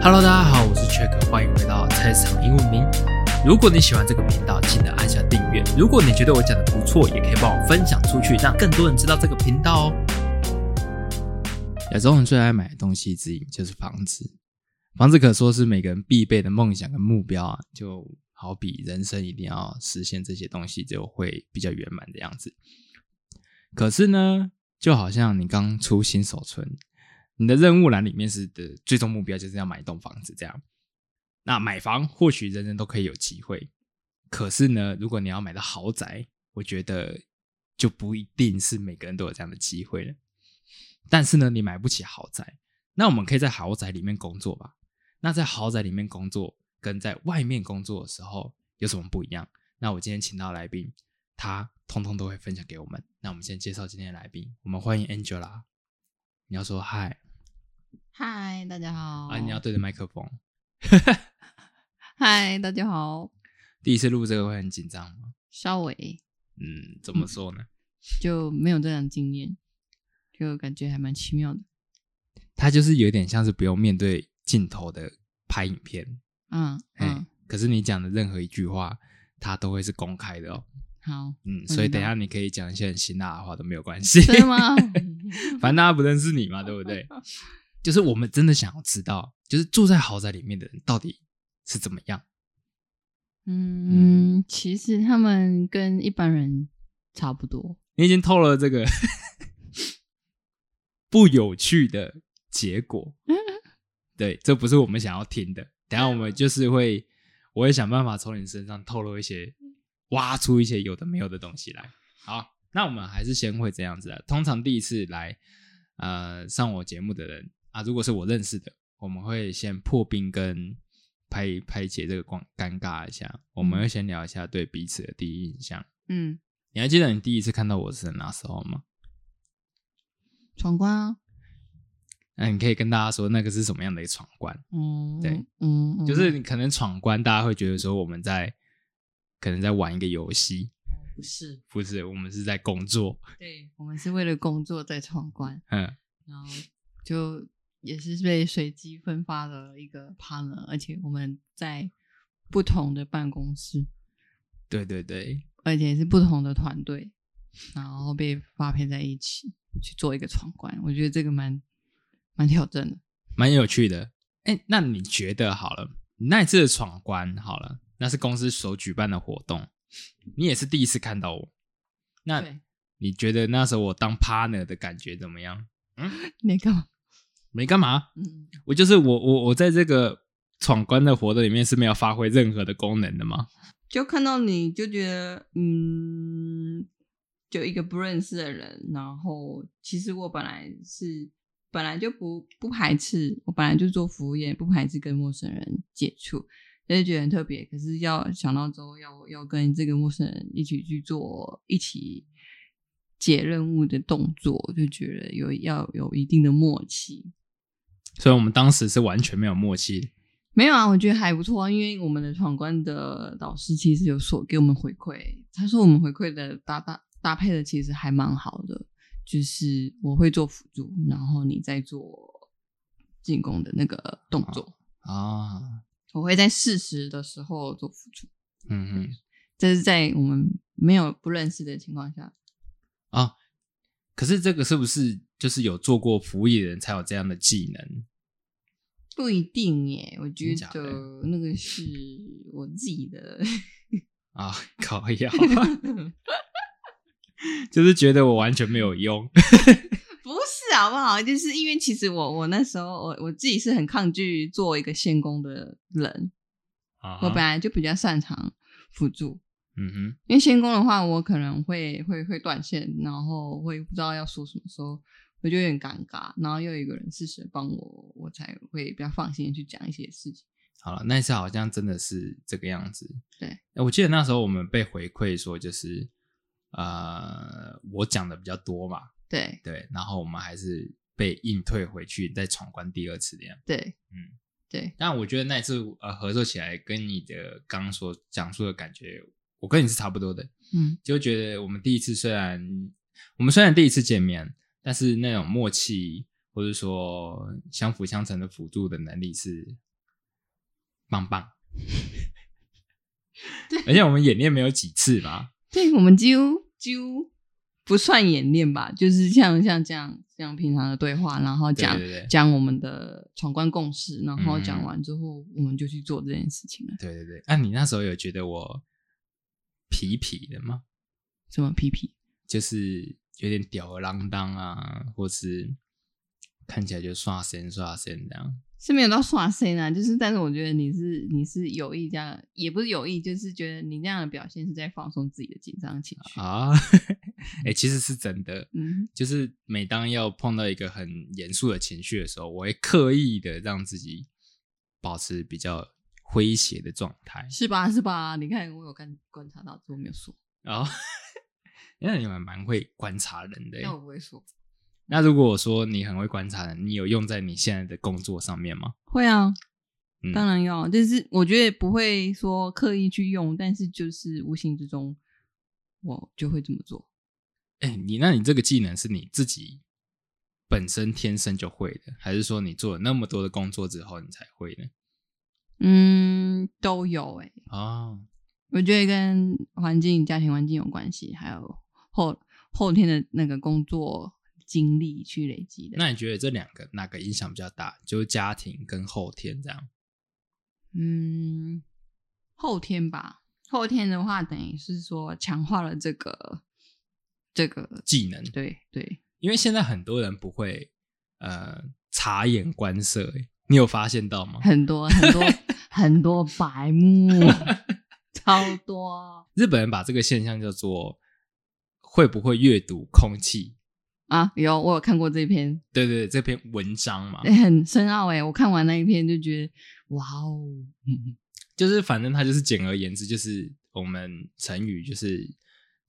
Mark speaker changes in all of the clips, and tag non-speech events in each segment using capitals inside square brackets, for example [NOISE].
Speaker 1: Hello，大家好，我是 Jack，欢迎回到菜市场英文名。如果你喜欢这个频道，记得按下订阅。如果你觉得我讲的不错，也可以帮我分享出去，让更多人知道这个频道哦。亚洲人最爱买的东西之一就是房子，房子可说是每个人必备的梦想跟目标啊，就好比人生一定要实现这些东西，就会比较圆满的样子。可是呢，就好像你刚出新手村，你的任务栏里面是的最终目标就是要买一栋房子，这样。那买房或许人人都可以有机会，可是呢，如果你要买到豪宅，我觉得就不一定是每个人都有这样的机会了。但是呢，你买不起豪宅，那我们可以在豪宅里面工作吧？那在豪宅里面工作跟在外面工作的时候有什么不一样？那我今天请到来宾，他通通都会分享给我们。那我们先介绍今天的来宾，我们欢迎 Angela。你要说嗨
Speaker 2: 嗨，大家好。
Speaker 1: 啊，你要对着麦克风。
Speaker 2: 嗨，大家好。
Speaker 1: 第一次录这个会很紧张吗？
Speaker 2: 稍微
Speaker 1: 嗯，怎么说呢？
Speaker 2: 就没有这样的经验，就感觉还蛮奇妙的。
Speaker 1: 它就是有点像是不用面对镜头的拍影片，
Speaker 2: 嗯
Speaker 1: 哎、
Speaker 2: 嗯，
Speaker 1: 可是你讲的任何一句话，它都会是公开的哦。
Speaker 2: 好。
Speaker 1: 嗯，
Speaker 2: 道
Speaker 1: 所以等一下你可以讲一些很辛辣的话都没有关系，
Speaker 2: 真的吗？
Speaker 1: [LAUGHS] 反正大家不认识你嘛，对不
Speaker 2: [LAUGHS]
Speaker 1: 对？就是我们真的想要知道，就是住在豪宅里面的人到底是怎么样。
Speaker 2: 嗯，其实他们跟一般人差不多。
Speaker 1: 你已经透了这个 [LAUGHS] 不有趣的结果。对，这不是我们想要听的。等一下我们就是会，我会想办法从你身上透露一些，挖出一些有的没有的东西来。好，那我们还是先会这样子啊。通常第一次来呃上我节目的人啊，如果是我认识的，我们会先破冰跟拍拍解这个光尴尬一下，我们会先聊一下对彼此的第一印象。
Speaker 2: 嗯，
Speaker 1: 你还记得你第一次看到我是哪时候吗？
Speaker 2: 闯关啊。
Speaker 1: 那你可以跟大家说那个是什么样的一个闯关，
Speaker 2: 嗯，
Speaker 1: 对，
Speaker 2: 嗯，嗯
Speaker 1: 就是你可能闯关，大家会觉得说我们在可能在玩一个游戏，
Speaker 2: 不是
Speaker 1: 不是，我们是在工作。
Speaker 2: 对，我们是为了工作在闯关，
Speaker 1: 嗯，
Speaker 2: 然后就也是被随机分发的一个 partner，而且我们在不同的办公室。
Speaker 1: 对对对，
Speaker 2: 而且是不同的团队，然后被发配在一起去做一个闯关，我觉得这个蛮蛮挑战的。
Speaker 1: 蛮有趣的。哎，那你觉得好了，你那一次的闯关好了，那是公司所举办的活动，你也是第一次看到我。那
Speaker 2: 对， [LAUGHS]
Speaker 1: 你觉得那时候我当 partner 的感觉怎么样？
Speaker 2: 你在干嘛？
Speaker 1: 没干嘛，
Speaker 2: 嗯，
Speaker 1: 我就是我我我在这个闯关的活动里面是没有发挥任何的功能的吗？
Speaker 2: 就看到你就觉得，嗯，就一个不认识的人，然后其实我本来是本来就不不排斥，我本来就做服务业，不排斥跟陌生人接触。就是觉得很特别，可是要想到之后要要跟这个陌生人一起去做一起解任务的动作，就觉得有要有一定的默契。
Speaker 1: 所以我们当时是完全没有默契的。
Speaker 2: 没有啊，我觉得还不错啊，因为我们的闯关的导师其实有所给我们回馈，他说我们回馈的搭搭搭配的其实还蛮好的，就是我会做辅助，然后你在做进攻的那个动作，
Speaker 1: 啊，
Speaker 2: 我会在适时的时候做辅助。
Speaker 1: 嗯嗯
Speaker 2: 这是在我们没有不认识的情况下，
Speaker 1: 啊，可是这个是不是就是有做过服务业的人才有这样的技能？
Speaker 2: 不一定耶。我觉
Speaker 1: 真假的
Speaker 2: 得那个是我自己的，
Speaker 1: 啊， [LAUGHS] 靠呀， [LAUGHS] 就是觉得我完全没有
Speaker 2: [LAUGHS]
Speaker 1: 用。
Speaker 2: 不是好不好？就是因为其实我我那时候我我自己是很抗拒做一个线工的人，
Speaker 1: 啊
Speaker 2: 我本来就比较擅长辅助。
Speaker 1: 嗯哼，
Speaker 2: 因为线工的话，我可能会会会断线，然后会不知道要说什么时候，我就有点尴尬。然后又有一个人适时地帮我，我才会比较放心的去讲一些事情。
Speaker 1: 好了，那一次好像真的是这个样子。
Speaker 2: 对
Speaker 1: 哎，我记得那时候我们被回馈说，就是呃，我讲的比较多嘛，
Speaker 2: 对
Speaker 1: 对，然后我们还是被硬退回去，再闯关第二次这样。
Speaker 2: 对，
Speaker 1: 嗯，
Speaker 2: 对，
Speaker 1: 但我觉得那一次呃合作起来，跟你的刚刚所讲述的感觉，我跟你是差不多的，
Speaker 2: 嗯。
Speaker 1: 就觉得我们第一次虽然我们虽然第一次见面，但是那种默契或者说相辅相成的辅助的能力是棒棒
Speaker 2: 对。
Speaker 1: 而且我们演练没有几次嘛，
Speaker 2: 对我们几乎几乎不算演练吧，就是像像这样这样平常的对话，然后
Speaker 1: 对
Speaker 2: 讲
Speaker 1: 对对
Speaker 2: 讲我们的闯关共识，然后讲
Speaker 1: 嗯
Speaker 2: 完之后，我们就去做这件事情了。
Speaker 1: 对对对。那、你那时候有觉得我痞痞的吗？
Speaker 2: 什么 PP？
Speaker 1: 就是有点吊儿郎当啊，或是看起来就刷身刷身这样。
Speaker 2: 是没有到耍谁呢，就是但是我觉得你是你是有意这样，也不是有意，就是觉得你那样的表现是在放松自己的紧张情绪。
Speaker 1: 啊， [LAUGHS] 哎、其实是真的，
Speaker 2: 嗯，
Speaker 1: 就是每当要碰到一个很严肃的情绪的时候，我会刻意的让自己保持比较诙谐的状态。
Speaker 2: 是吧是吧？你看我有观观察到，只是我没有说，
Speaker 1: 然后，因为你们蛮会观察人的欸。
Speaker 2: 但我不会说。
Speaker 1: 那如果我说你很会观察人，你有用在你现在的工作上面吗？
Speaker 2: 会啊，
Speaker 1: 嗯
Speaker 2: 当然要，就是我觉得不会说刻意去用，但是就是无形之中我就会这么做。
Speaker 1: 哎、你那你这个技能是你自己本身天生就会的，还是说你做了那么多的工作之后你才会呢？
Speaker 2: 嗯，都有诶、
Speaker 1: 哦，
Speaker 2: 我觉得跟环境、家庭环境有关系，还有后后天的那个工作经历去累积的。
Speaker 1: 那你觉得这两个哪个影响比较大？就是家庭跟后天这样。
Speaker 2: 嗯，后天吧，后天的话等于是说强化了这个这个，
Speaker 1: 技能，
Speaker 2: 对对，
Speaker 1: 因为现在很多人不会呃察言观色、欸，你有发现到吗？
Speaker 2: 很多很多很多白目，超多。
Speaker 1: 日本人把这个现象叫做会不会阅读空气？
Speaker 2: 啊，有我有看过这篇，
Speaker 1: 对对对，这篇文章嘛，
Speaker 2: 欸、很深奥哎、我看完那一篇就觉得，哇哦， [LAUGHS] 嗯
Speaker 1: 就是反正它就是简而言之，就是我们成语就是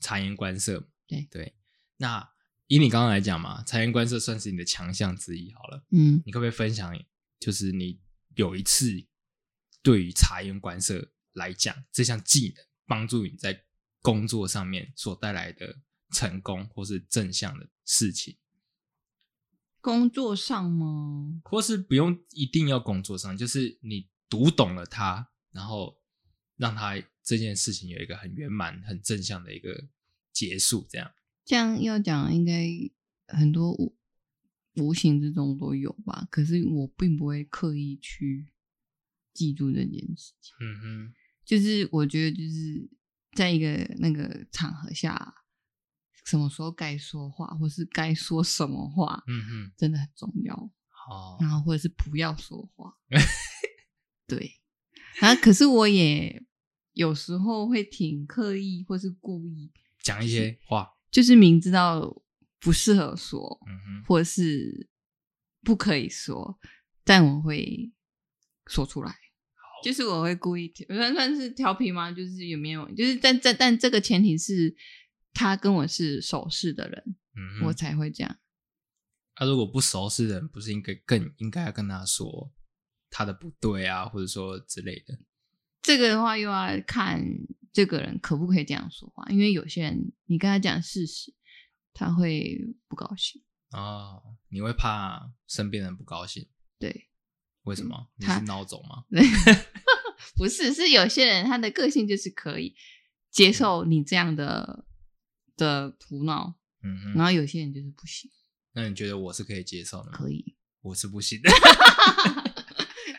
Speaker 1: 察言观色。
Speaker 2: 对
Speaker 1: 对，那以你刚刚来讲嘛，察言观色算是你的强项之一好了。
Speaker 2: 嗯，
Speaker 1: 你可不可以分享，就是你有一次对于察言观色来讲这项技能，帮助你在工作上面所带来的成功或是正向的事情，
Speaker 2: 工作上吗？
Speaker 1: 或是不用一定要工作上，就是你读懂了它，然后让它这件事情有一个很圆满、很正向的一个结束，这样。
Speaker 2: 这样要讲，应该很多无无形之中都有吧。可是我并不会刻意去记住这件事情，
Speaker 1: 嗯
Speaker 2: 就是我觉得就是在一个那个场合下，什么时候该说话，或是该说什么话，
Speaker 1: 哼，嗯哼，
Speaker 2: 真的很重要。
Speaker 1: 好，
Speaker 2: 然后或者是不要说话。对，然后可是我也有时候会挺刻意或是故意，
Speaker 1: 讲一些话。
Speaker 2: 就是明知道不适合说，
Speaker 1: 嗯哼，
Speaker 2: 或是不可以说，但我会说出来。就是我会故意，算算是调皮吗？就是有没有？就是但但但这个前提是他跟我是熟识的人，
Speaker 1: 嗯
Speaker 2: 我
Speaker 1: 哼，
Speaker 2: 才会这样。
Speaker 1: 他、如果不熟识的人，不是应该更应该要跟他说他的不对啊，或者说之类的。
Speaker 2: 这个的话又要看这个人可不可以这样说话，因为有些人你跟他讲事实，他会不高兴。
Speaker 1: 哦，你会怕身边人不高兴？
Speaker 2: 对， [LAUGHS]
Speaker 1: 为什么？你
Speaker 2: 嗯他
Speaker 1: 是孬种吗？
Speaker 2: 不是，是有些人他的个性就是可以接受你这样的的苦恼，
Speaker 1: 嗯
Speaker 2: 然
Speaker 1: 哼，
Speaker 2: 后有些人就是不行，
Speaker 1: 那你觉得我是可以接受的吗？
Speaker 2: 可以。
Speaker 1: 我是不行的。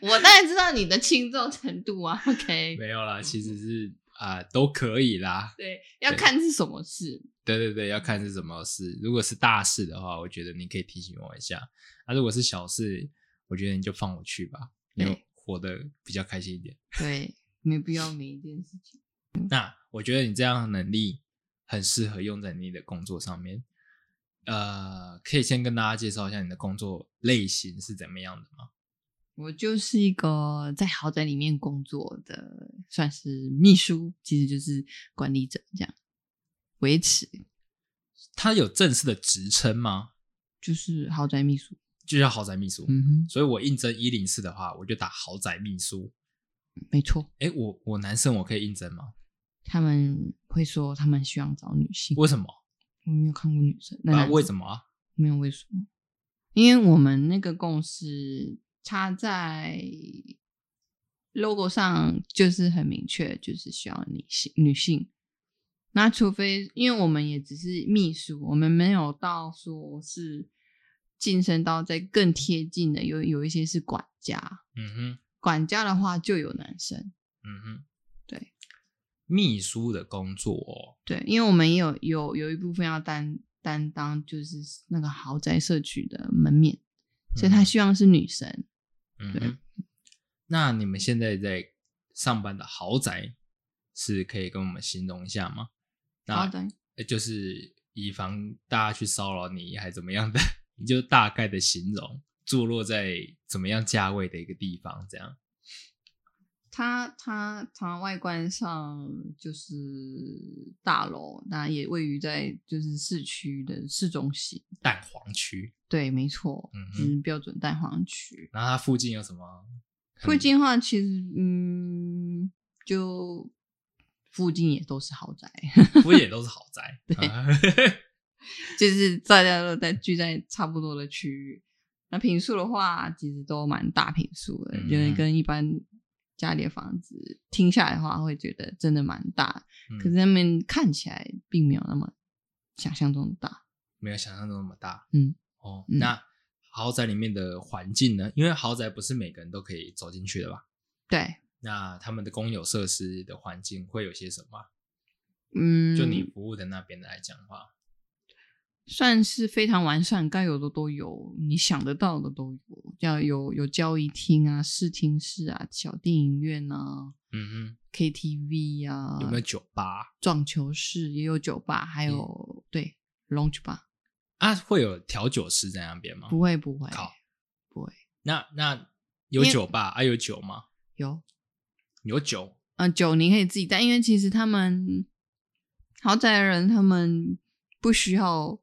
Speaker 2: 我当然知道你的轻重程度啊，OK。
Speaker 1: [LAUGHS] 没有啦，其实是啊、都可以啦。
Speaker 2: 对，要看是什么事。
Speaker 1: 对对对，要看是什么事。如果是大事的话，我觉得你可以提醒我一下；那、如果是小事，我觉得你就放我去吧，因为
Speaker 2: 对
Speaker 1: 活得比较开心一点。
Speaker 2: 对，没必要每一件事情。
Speaker 1: 那我觉得你这样的能力很适合用在你的工作上面。呃，可以先跟大家介绍一下你的工作类型是怎么样的吗？
Speaker 2: 我就是一个在豪宅里面工作的，算是秘书，其实就是管理者这样，维持
Speaker 1: 它有正式的职称吗？
Speaker 2: 就是豪宅秘书。
Speaker 1: 就叫豪宅秘书。
Speaker 2: 嗯
Speaker 1: 所以我应征一零四的话，我就打豪宅秘书。
Speaker 2: 哼，没错，
Speaker 1: 诶，我我男生我可以应征吗？
Speaker 2: 他们会说他们希望找女性，
Speaker 1: 为什么？
Speaker 2: 我没有看过女生，那
Speaker 1: 啊，
Speaker 2: 男生
Speaker 1: 为什么啊？
Speaker 2: 没有为什么？因为我们那个共识差在 logo 上就是很明确，就是需要女性女性。那除非，因为我们也只是秘书，我们没有到说是晋升到在更贴近的，有有一些是管家，
Speaker 1: 嗯哼，
Speaker 2: 管家的话就有男生，
Speaker 1: 嗯哼，
Speaker 2: 对，
Speaker 1: 秘书的工作哦，
Speaker 2: 对，因为我们也有有有一部分要担担当就是那个豪宅社区的门面，所以他希望是女生，
Speaker 1: 嗯
Speaker 2: 对
Speaker 1: 哼，那你们现在在上班的豪宅是可以跟我们形容一下吗？
Speaker 2: 豪
Speaker 1: 那
Speaker 2: 宅
Speaker 1: 呃就是以防大家去骚扰你还怎么样的， [LAUGHS] 你就大概的形容坐落在怎么样价位的一个地方，这样。
Speaker 2: 它它它外观上就是大楼，那也位于在就是市区的市中心。
Speaker 1: 蛋黄区，
Speaker 2: 对，没错，
Speaker 1: 嗯
Speaker 2: 就
Speaker 1: 哼
Speaker 2: 是标准蛋黄区。
Speaker 1: 然后它附近有什么？
Speaker 2: 附近的话，其实嗯，就附近也都是豪宅，
Speaker 1: 附近也都是豪宅，
Speaker 2: [LAUGHS] 对
Speaker 1: 啊
Speaker 2: 就是大家都在聚在差不多的区域。那平数的话，其实都蛮大平数的，就是
Speaker 1: 嗯
Speaker 2: 跟一般家里的房子听下来的话，会觉得真的蛮大的
Speaker 1: 嗯
Speaker 2: 可是他们看起来并没有那么想象中的大。
Speaker 1: 没有想象中那么大。
Speaker 2: 嗯，
Speaker 1: 哦，
Speaker 2: 嗯
Speaker 1: 那豪宅里面的环境呢？因为豪宅不是每个人都可以走进去的吧？
Speaker 2: 对，
Speaker 1: 那他们的公有设施的环境会有些什么啊？
Speaker 2: 嗯，
Speaker 1: 就你服务的那边来讲的话，
Speaker 2: 算是非常完善，该有的都有，你想得到的都有，要有有交易厅啊、视听室啊、小电影院啊、
Speaker 1: 嗯
Speaker 2: KTV 啊，
Speaker 1: 哼，有没有酒吧
Speaker 2: 撞球室，也有酒吧，还有、对 lounge bar，
Speaker 1: 啊？会有调酒师在那边吗？
Speaker 2: 不会不会
Speaker 1: 靠，
Speaker 2: 不会
Speaker 1: 那那有
Speaker 2: 因为
Speaker 1: 酒吧啊？有酒吗？
Speaker 2: 有
Speaker 1: 有酒，
Speaker 2: 啊，酒你可以自己带，因为其实他们豪宅的人，他们不需要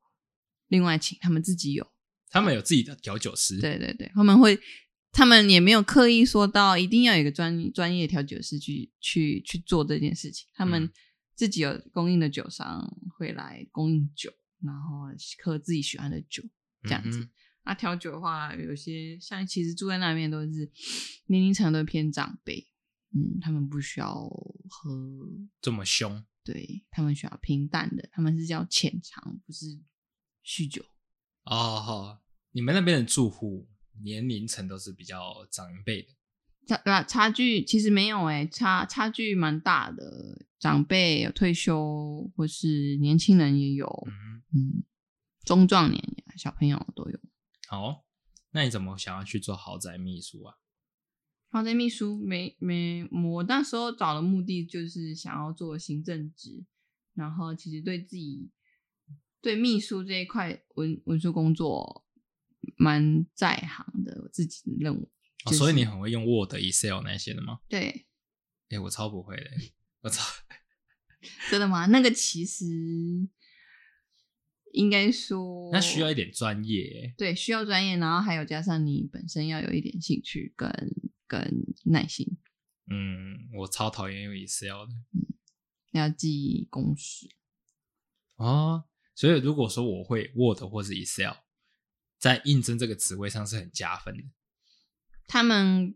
Speaker 2: 另外请，他们自己有。
Speaker 1: 他们有自己的调酒师。，
Speaker 2: 对对对，他们会，他们也没有刻意说到一定要有一个专专业调酒师去去去做这件事情，他们
Speaker 1: 嗯
Speaker 2: 自己有供应的酒商会来供应酒，然后喝自己喜欢的酒这样子。
Speaker 1: 嗯哼
Speaker 2: 那调酒的话，有些像其实住在那边都是年龄层都偏长辈，嗯，他们不需要喝
Speaker 1: 这么凶，
Speaker 2: 对他们需要平淡的，他们是叫浅尝，不是酗酒。
Speaker 1: 哦，好，你们那边的住户年龄层都是比较长一辈的，
Speaker 2: 差啊，差距其实没有诶、差差距蛮大的。长辈有退休，或是年轻人也有，
Speaker 1: 嗯
Speaker 2: 嗯，中壮年呀小朋友都有。
Speaker 1: 哼，好，那你怎么想要去做豪宅秘书啊？
Speaker 2: 然后在秘书没没，我那时候找的目的就是想要做行政职，然后其实对自己对秘书这一块文文书工作蛮在行的，我自己认为。
Speaker 1: 哦
Speaker 2: 就是
Speaker 1: 所以你很会用 Word、Excel 那些的吗？
Speaker 2: 对，
Speaker 1: 哎，我超不会的，我超。
Speaker 2: [LAUGHS] 真的吗？那个其实应该说，
Speaker 1: 那需要一点专业欸、
Speaker 2: 对需要专业，然后还有加上你本身要有一点兴趣跟跟耐心，
Speaker 1: 嗯，我超讨厌用 Excel 的
Speaker 2: 要记公式。
Speaker 1: 哦。所以如果说我会 Word 或是 Excel，在应征这个职位上是很加分的。
Speaker 2: 他们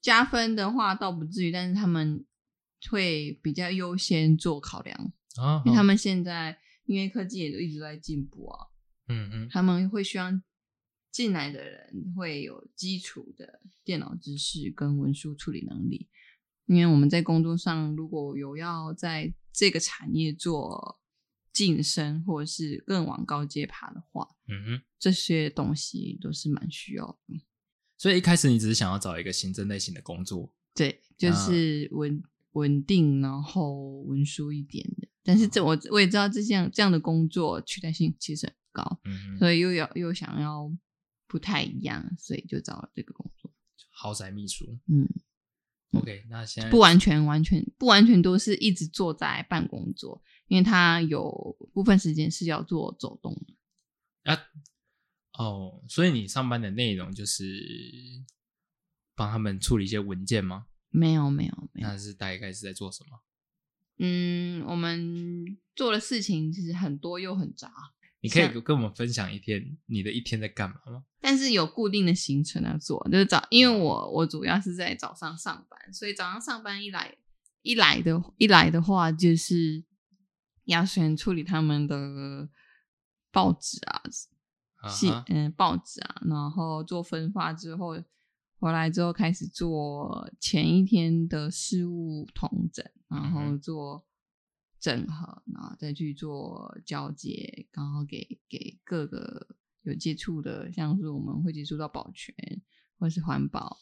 Speaker 2: 加分的话倒不至于，但是他们会比较优先做考量，
Speaker 1: 啊、
Speaker 2: 因为他
Speaker 1: 们
Speaker 2: 们现在因为科技也都一直在进步啊，
Speaker 1: 嗯嗯
Speaker 2: 他们会希望进来的人会有基础的电脑知识跟文书处理能力，因为我们在工作上如果有要在这个产业做晋升或者是更往高阶爬的话，
Speaker 1: 嗯哼。
Speaker 2: 这些东西都是蛮需要的。
Speaker 1: 所以一开始你只是想要找一个行政类型的工作，
Speaker 2: 对，
Speaker 1: 嗯
Speaker 2: 就是稳、稳定，然后文书一点的。但是
Speaker 1: 嗯
Speaker 2: 这我我也知道，这样这样的工作取代性其实很高，
Speaker 1: 嗯哼，
Speaker 2: 所以又要又想要不太一样，所以就找了这个工作。
Speaker 1: 豪宅秘书。
Speaker 2: 嗯，
Speaker 1: OK，那现在
Speaker 2: 不完全完全不完全都是一直坐在办公桌，因为他有部分时间是要做走动的。
Speaker 1: 啊哦，所以你上班的内容就是帮他们处理一些文件吗？
Speaker 2: 没有没有没有，
Speaker 1: 那是大概是在做什么？
Speaker 2: 嗯，我们做的事情其实很多又很杂，
Speaker 1: 你可以
Speaker 2: 像
Speaker 1: 跟我们分享一天你的一天在干嘛吗？
Speaker 2: 但是有固定的行程要做，就是早，因为我我主要是在早上上班，所以早上上班一来一来的一来的话，就是要先处理他们的报纸啊，
Speaker 1: 啊
Speaker 2: 系
Speaker 1: 哈
Speaker 2: 嗯、报纸啊，然后做分发之后，回来之后开始做前一天的事务统整，然
Speaker 1: 嗯
Speaker 2: 后
Speaker 1: 哼
Speaker 2: 做整合，然后再去做交接，然后给给各个有接触的，像是我们会接触到保全或是环保，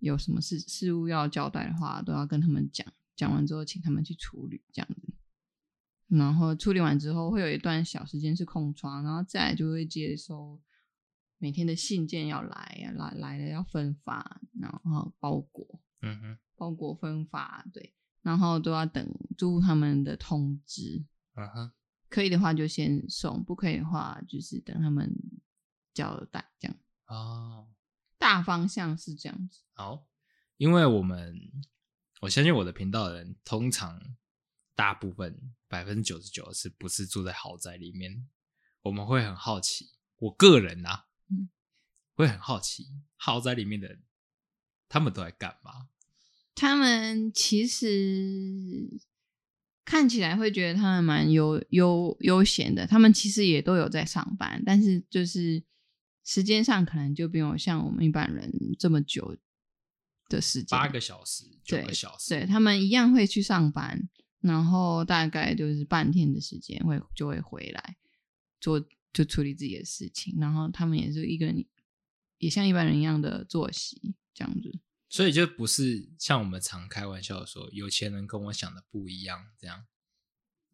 Speaker 2: 有什么事事务要交代的话，都要跟他们讲，讲完之后请他们去处理这样子。然后处理完之后，会有一段小时间是空窗，然后再来就会接收每天的信件要来，来来了要分发，然后包裹，
Speaker 1: 嗯哼，
Speaker 2: 包裹分发，对，然后都要等住户他们的通知，
Speaker 1: 嗯哼，
Speaker 2: 可以的话就先送，不可以的话就是等他们交代，这样
Speaker 1: 哦，
Speaker 2: 大方向是这样子。
Speaker 1: 好，因为我们我相信我的频道的人，通常大部分百分之九十九是不是住在豪宅里面？我们会很好奇，我个人啊，
Speaker 2: 嗯
Speaker 1: 会很好奇豪宅里面的人他们都在干嘛？
Speaker 2: 他们其实看起来会觉得他们蛮悠悠悠闲的，他们其实也都有在上班，但是就是时间上可能就没有像我们一般人这么久的时间，
Speaker 1: 八个小时、九
Speaker 2: 对
Speaker 1: 个小时，
Speaker 2: 对他们一样会去上班，然后大概就是半天的时间会就会回来做就处理自己的事情，然后他们也是一个人也像一般人一样的作息这样子。
Speaker 1: 所以就不是像我们常开玩笑说，有钱人跟我想的不一样，这样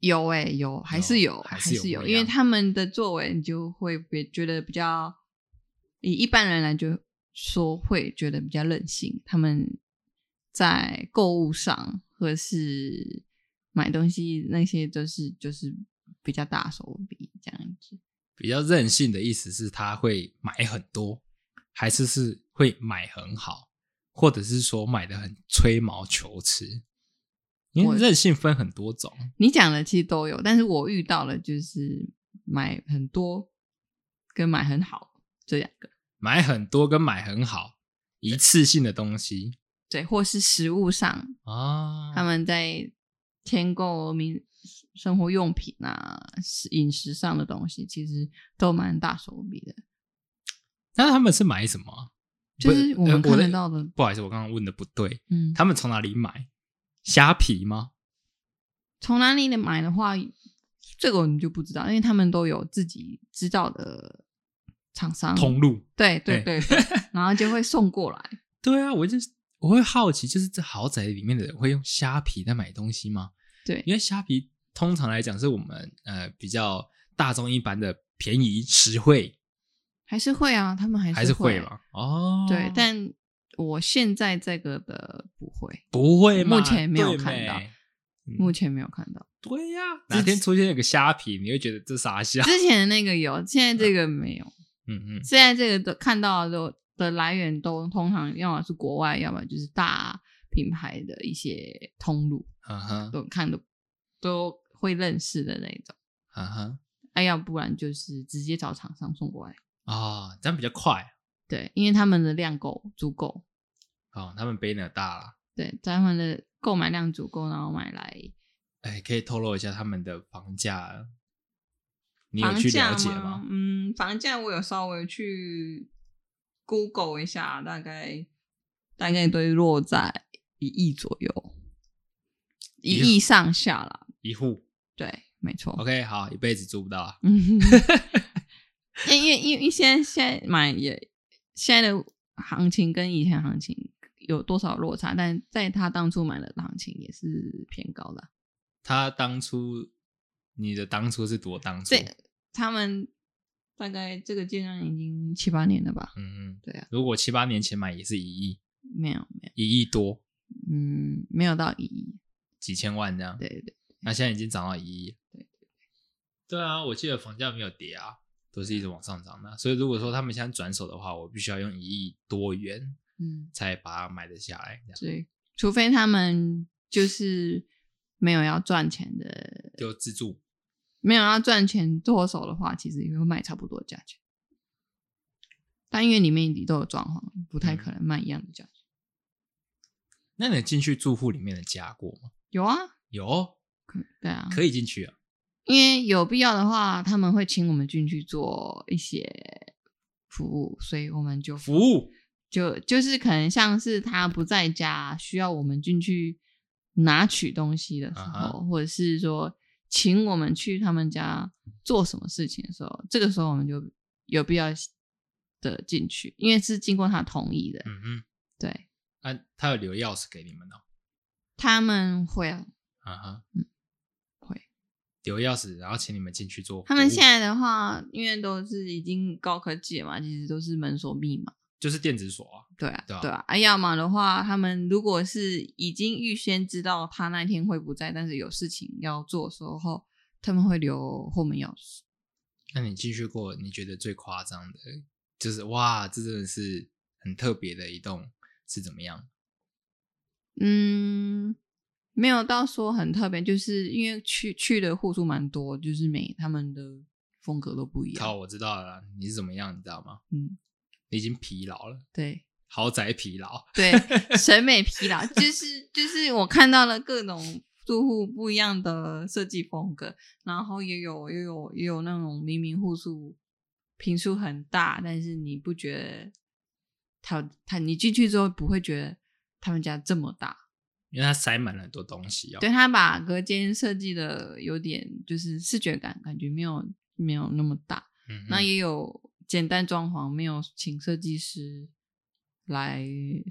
Speaker 2: 有哎、有还是
Speaker 1: 有
Speaker 2: 有，
Speaker 1: 还
Speaker 2: 还
Speaker 1: 是有
Speaker 2: 是
Speaker 1: 不
Speaker 2: 有，
Speaker 1: 一
Speaker 2: 因为
Speaker 1: 样
Speaker 2: 他们的作为，你就会别觉得比较，以一般人来就说会觉得比较任性。他们在购物上或是买东西那些，都是就是比较大手笔这样子。
Speaker 1: 比较任性的意思是他会买很多，还是是会买很好，或者是说买的很吹毛求疵？因
Speaker 2: 我
Speaker 1: 为任性分很多种，
Speaker 2: 你讲的其实都有，但是我遇到了就是买很多跟买很好这两个，
Speaker 1: 买很多跟买很好，一次性的东西
Speaker 2: 对，或是食物上
Speaker 1: 啊，
Speaker 2: 他们在添购民生活用品啊、食饮食上的东西，其实都蛮大手笔的。
Speaker 1: 那他们是买什么啊？
Speaker 2: 就
Speaker 1: 不
Speaker 2: 是我们
Speaker 1: 呃
Speaker 2: 看
Speaker 1: 的
Speaker 2: 得到的
Speaker 1: 不好意思，我刚刚问的不对，
Speaker 2: 嗯，
Speaker 1: 他们从哪里买？虾皮吗？
Speaker 2: 从哪里买的话，这个我们就不知道，因为他们都有自己知道的厂商。
Speaker 1: 通路？
Speaker 2: 对对
Speaker 1: [LAUGHS]
Speaker 2: 对，对然后就会送过来。
Speaker 1: 对啊，我就是我会好奇，就是这豪宅里面的人会用虾皮在买东西吗？
Speaker 2: 对
Speaker 1: 因为虾皮通常来讲是我们呃比较大众一般的便宜实惠，
Speaker 2: 还是会啊，他们还
Speaker 1: 还是
Speaker 2: 会
Speaker 1: 会。吗？哦，
Speaker 2: 对，但我现在这个的不会，
Speaker 1: 不会嘛，
Speaker 2: 目前没有
Speaker 1: 对
Speaker 2: 看
Speaker 1: 没
Speaker 2: 到
Speaker 1: 嗯
Speaker 2: 目前没有看到。
Speaker 1: [LAUGHS] 对呀、
Speaker 2: 之
Speaker 1: 哪天出现一个虾皮，你会觉得这傻笑。
Speaker 2: 之前的那个有，现在这个没有。
Speaker 1: 嗯嗯，
Speaker 2: 现在这个的看到的的来源都通常要么是国外，要么就是大品牌的一些通路，
Speaker 1: 啊哈
Speaker 2: 都看的都会认识的那种。
Speaker 1: 啊哈
Speaker 2: 哎、要不然就是直接找厂商送过来。
Speaker 1: 啊，这样比较快
Speaker 2: 对，因为他们的量够足够，
Speaker 1: 哦，他们 banner 大了。
Speaker 2: 对，他们的购买量足够，然后买来。
Speaker 1: 哎，可以透露一下他们的房价，你有
Speaker 2: 房
Speaker 1: 去
Speaker 2: 价
Speaker 1: 了解
Speaker 2: 吗？嗯，房价我有稍微去 Google 一下，大概大概都落在一亿左右，一
Speaker 1: 一亿
Speaker 2: 亿上下啦。
Speaker 1: 一户
Speaker 2: 对，没错。
Speaker 1: OK，好，一辈子租不到 [LAUGHS] 啊。
Speaker 2: 嗯，因为因为因为现在现在买也现在的行情跟以前行情有多少落差，但在他当初买的行情也是偏高的。
Speaker 1: 他当初，你的当初是多当初？
Speaker 2: 这他们大概这个阶段已经七八年了吧？
Speaker 1: 嗯嗯，
Speaker 2: 对啊，
Speaker 1: 如果七八年前买也是一亿，
Speaker 2: 没有没有，
Speaker 1: 一亿多，
Speaker 2: 嗯，没有到一亿。
Speaker 1: 几千万这样。
Speaker 2: 对对对，
Speaker 1: 那现在已经涨到一亿。
Speaker 2: 对
Speaker 1: 对啊，我记得房价没有跌啊，都是一直往上涨的。啊所以如果说他们现在转手的话，我必须要用一亿多元
Speaker 2: 嗯，
Speaker 1: 才把它买得下来，这样
Speaker 2: 对，除非他们就是没有要赚钱的，
Speaker 1: 就自住。
Speaker 2: 没有要赚钱剁手的话，其实也会卖差不多的价钱。但因为里面都有装潢，不
Speaker 1: 嗯
Speaker 2: 太可能卖一样的价钱。
Speaker 1: 那你有进去住户里面的家过吗？
Speaker 2: 有啊，
Speaker 1: 有，
Speaker 2: 可对啊，
Speaker 1: 可以进去啊。
Speaker 2: 因为有必要的话，他们会请我们进去做一些服务，所以我们就
Speaker 1: 服务
Speaker 2: 就就是可能像是他不在家，需要我们进去拿取东西的时
Speaker 1: 啊
Speaker 2: 候，或者是说请我们去他们家做什么事情的时候，这个时候我们就有必要的进去，因为是经过他同意的。
Speaker 1: 嗯哼，
Speaker 2: 对
Speaker 1: 啊，他有留钥匙给你们哦。
Speaker 2: 他们会啊，
Speaker 1: 啊哈，
Speaker 2: 会。
Speaker 1: 留钥匙，然后请你们进去做服务。
Speaker 2: 他们现在的话，因为都是已经高科技了嘛，其实都是门锁密码。
Speaker 1: 就是电子锁啊。
Speaker 2: 对啊，
Speaker 1: 对啊
Speaker 2: 对啊，啊，要么的话，他们如果是已经预先知道他那天会不在，但是有事情要做的时候，他们会留后门钥匙。
Speaker 1: 那你进去过，你觉得最夸张的，就是哇，这真的是很特别的一栋，是怎么样？
Speaker 2: 嗯，没有到说很特别，就是因为去去的户数蛮多，就是每他们的风格都不一
Speaker 1: 靠，
Speaker 2: 样。
Speaker 1: 我知道了啦，你是怎么样，你知道吗？
Speaker 2: 啊嗯，
Speaker 1: 你已经疲劳了，
Speaker 2: 对
Speaker 1: 豪宅疲劳。
Speaker 2: 对，审美疲劳，就是就是我看到了各种。住户不一样的设计风格，然后也有也有也有那种明明户数平数很大，但是你不觉得他他你进去之后不会觉得他们家这么大？
Speaker 1: 因为它塞满了很多东西哦。
Speaker 2: 对他把隔间设计的有点就是视觉感，感觉没有没有那么大。
Speaker 1: 嗯哼，
Speaker 2: 那也有简单装潢，没有请设计师来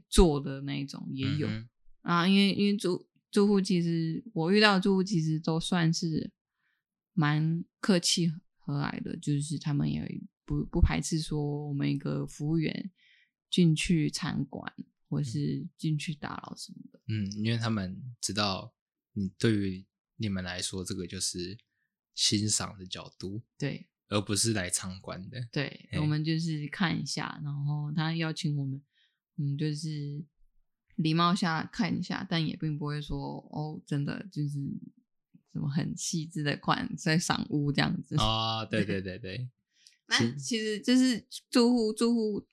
Speaker 2: 做的那一种也有。
Speaker 1: 嗯
Speaker 2: 啊，因为因为住住户其实我遇到的住户其实都算是蛮客气和蔼的，就是他们也不不排斥说我们一个服务员进去餐馆或是进去打扰什么的。
Speaker 1: 哼，嗯，因为他们知道，你对于你们来说，这个就是欣赏的角度，
Speaker 2: 对
Speaker 1: 而不是来参观
Speaker 2: [LAUGHS]
Speaker 1: 的。
Speaker 2: 对，
Speaker 1: 哎
Speaker 2: 我们就是看一下，然后他邀请我们，我们就是礼貌下看一下，但也并不会说哦，真的就是什么很细致的款在赏屋这样子。
Speaker 1: 哦，对对对对，
Speaker 2: 那其实就是住户住户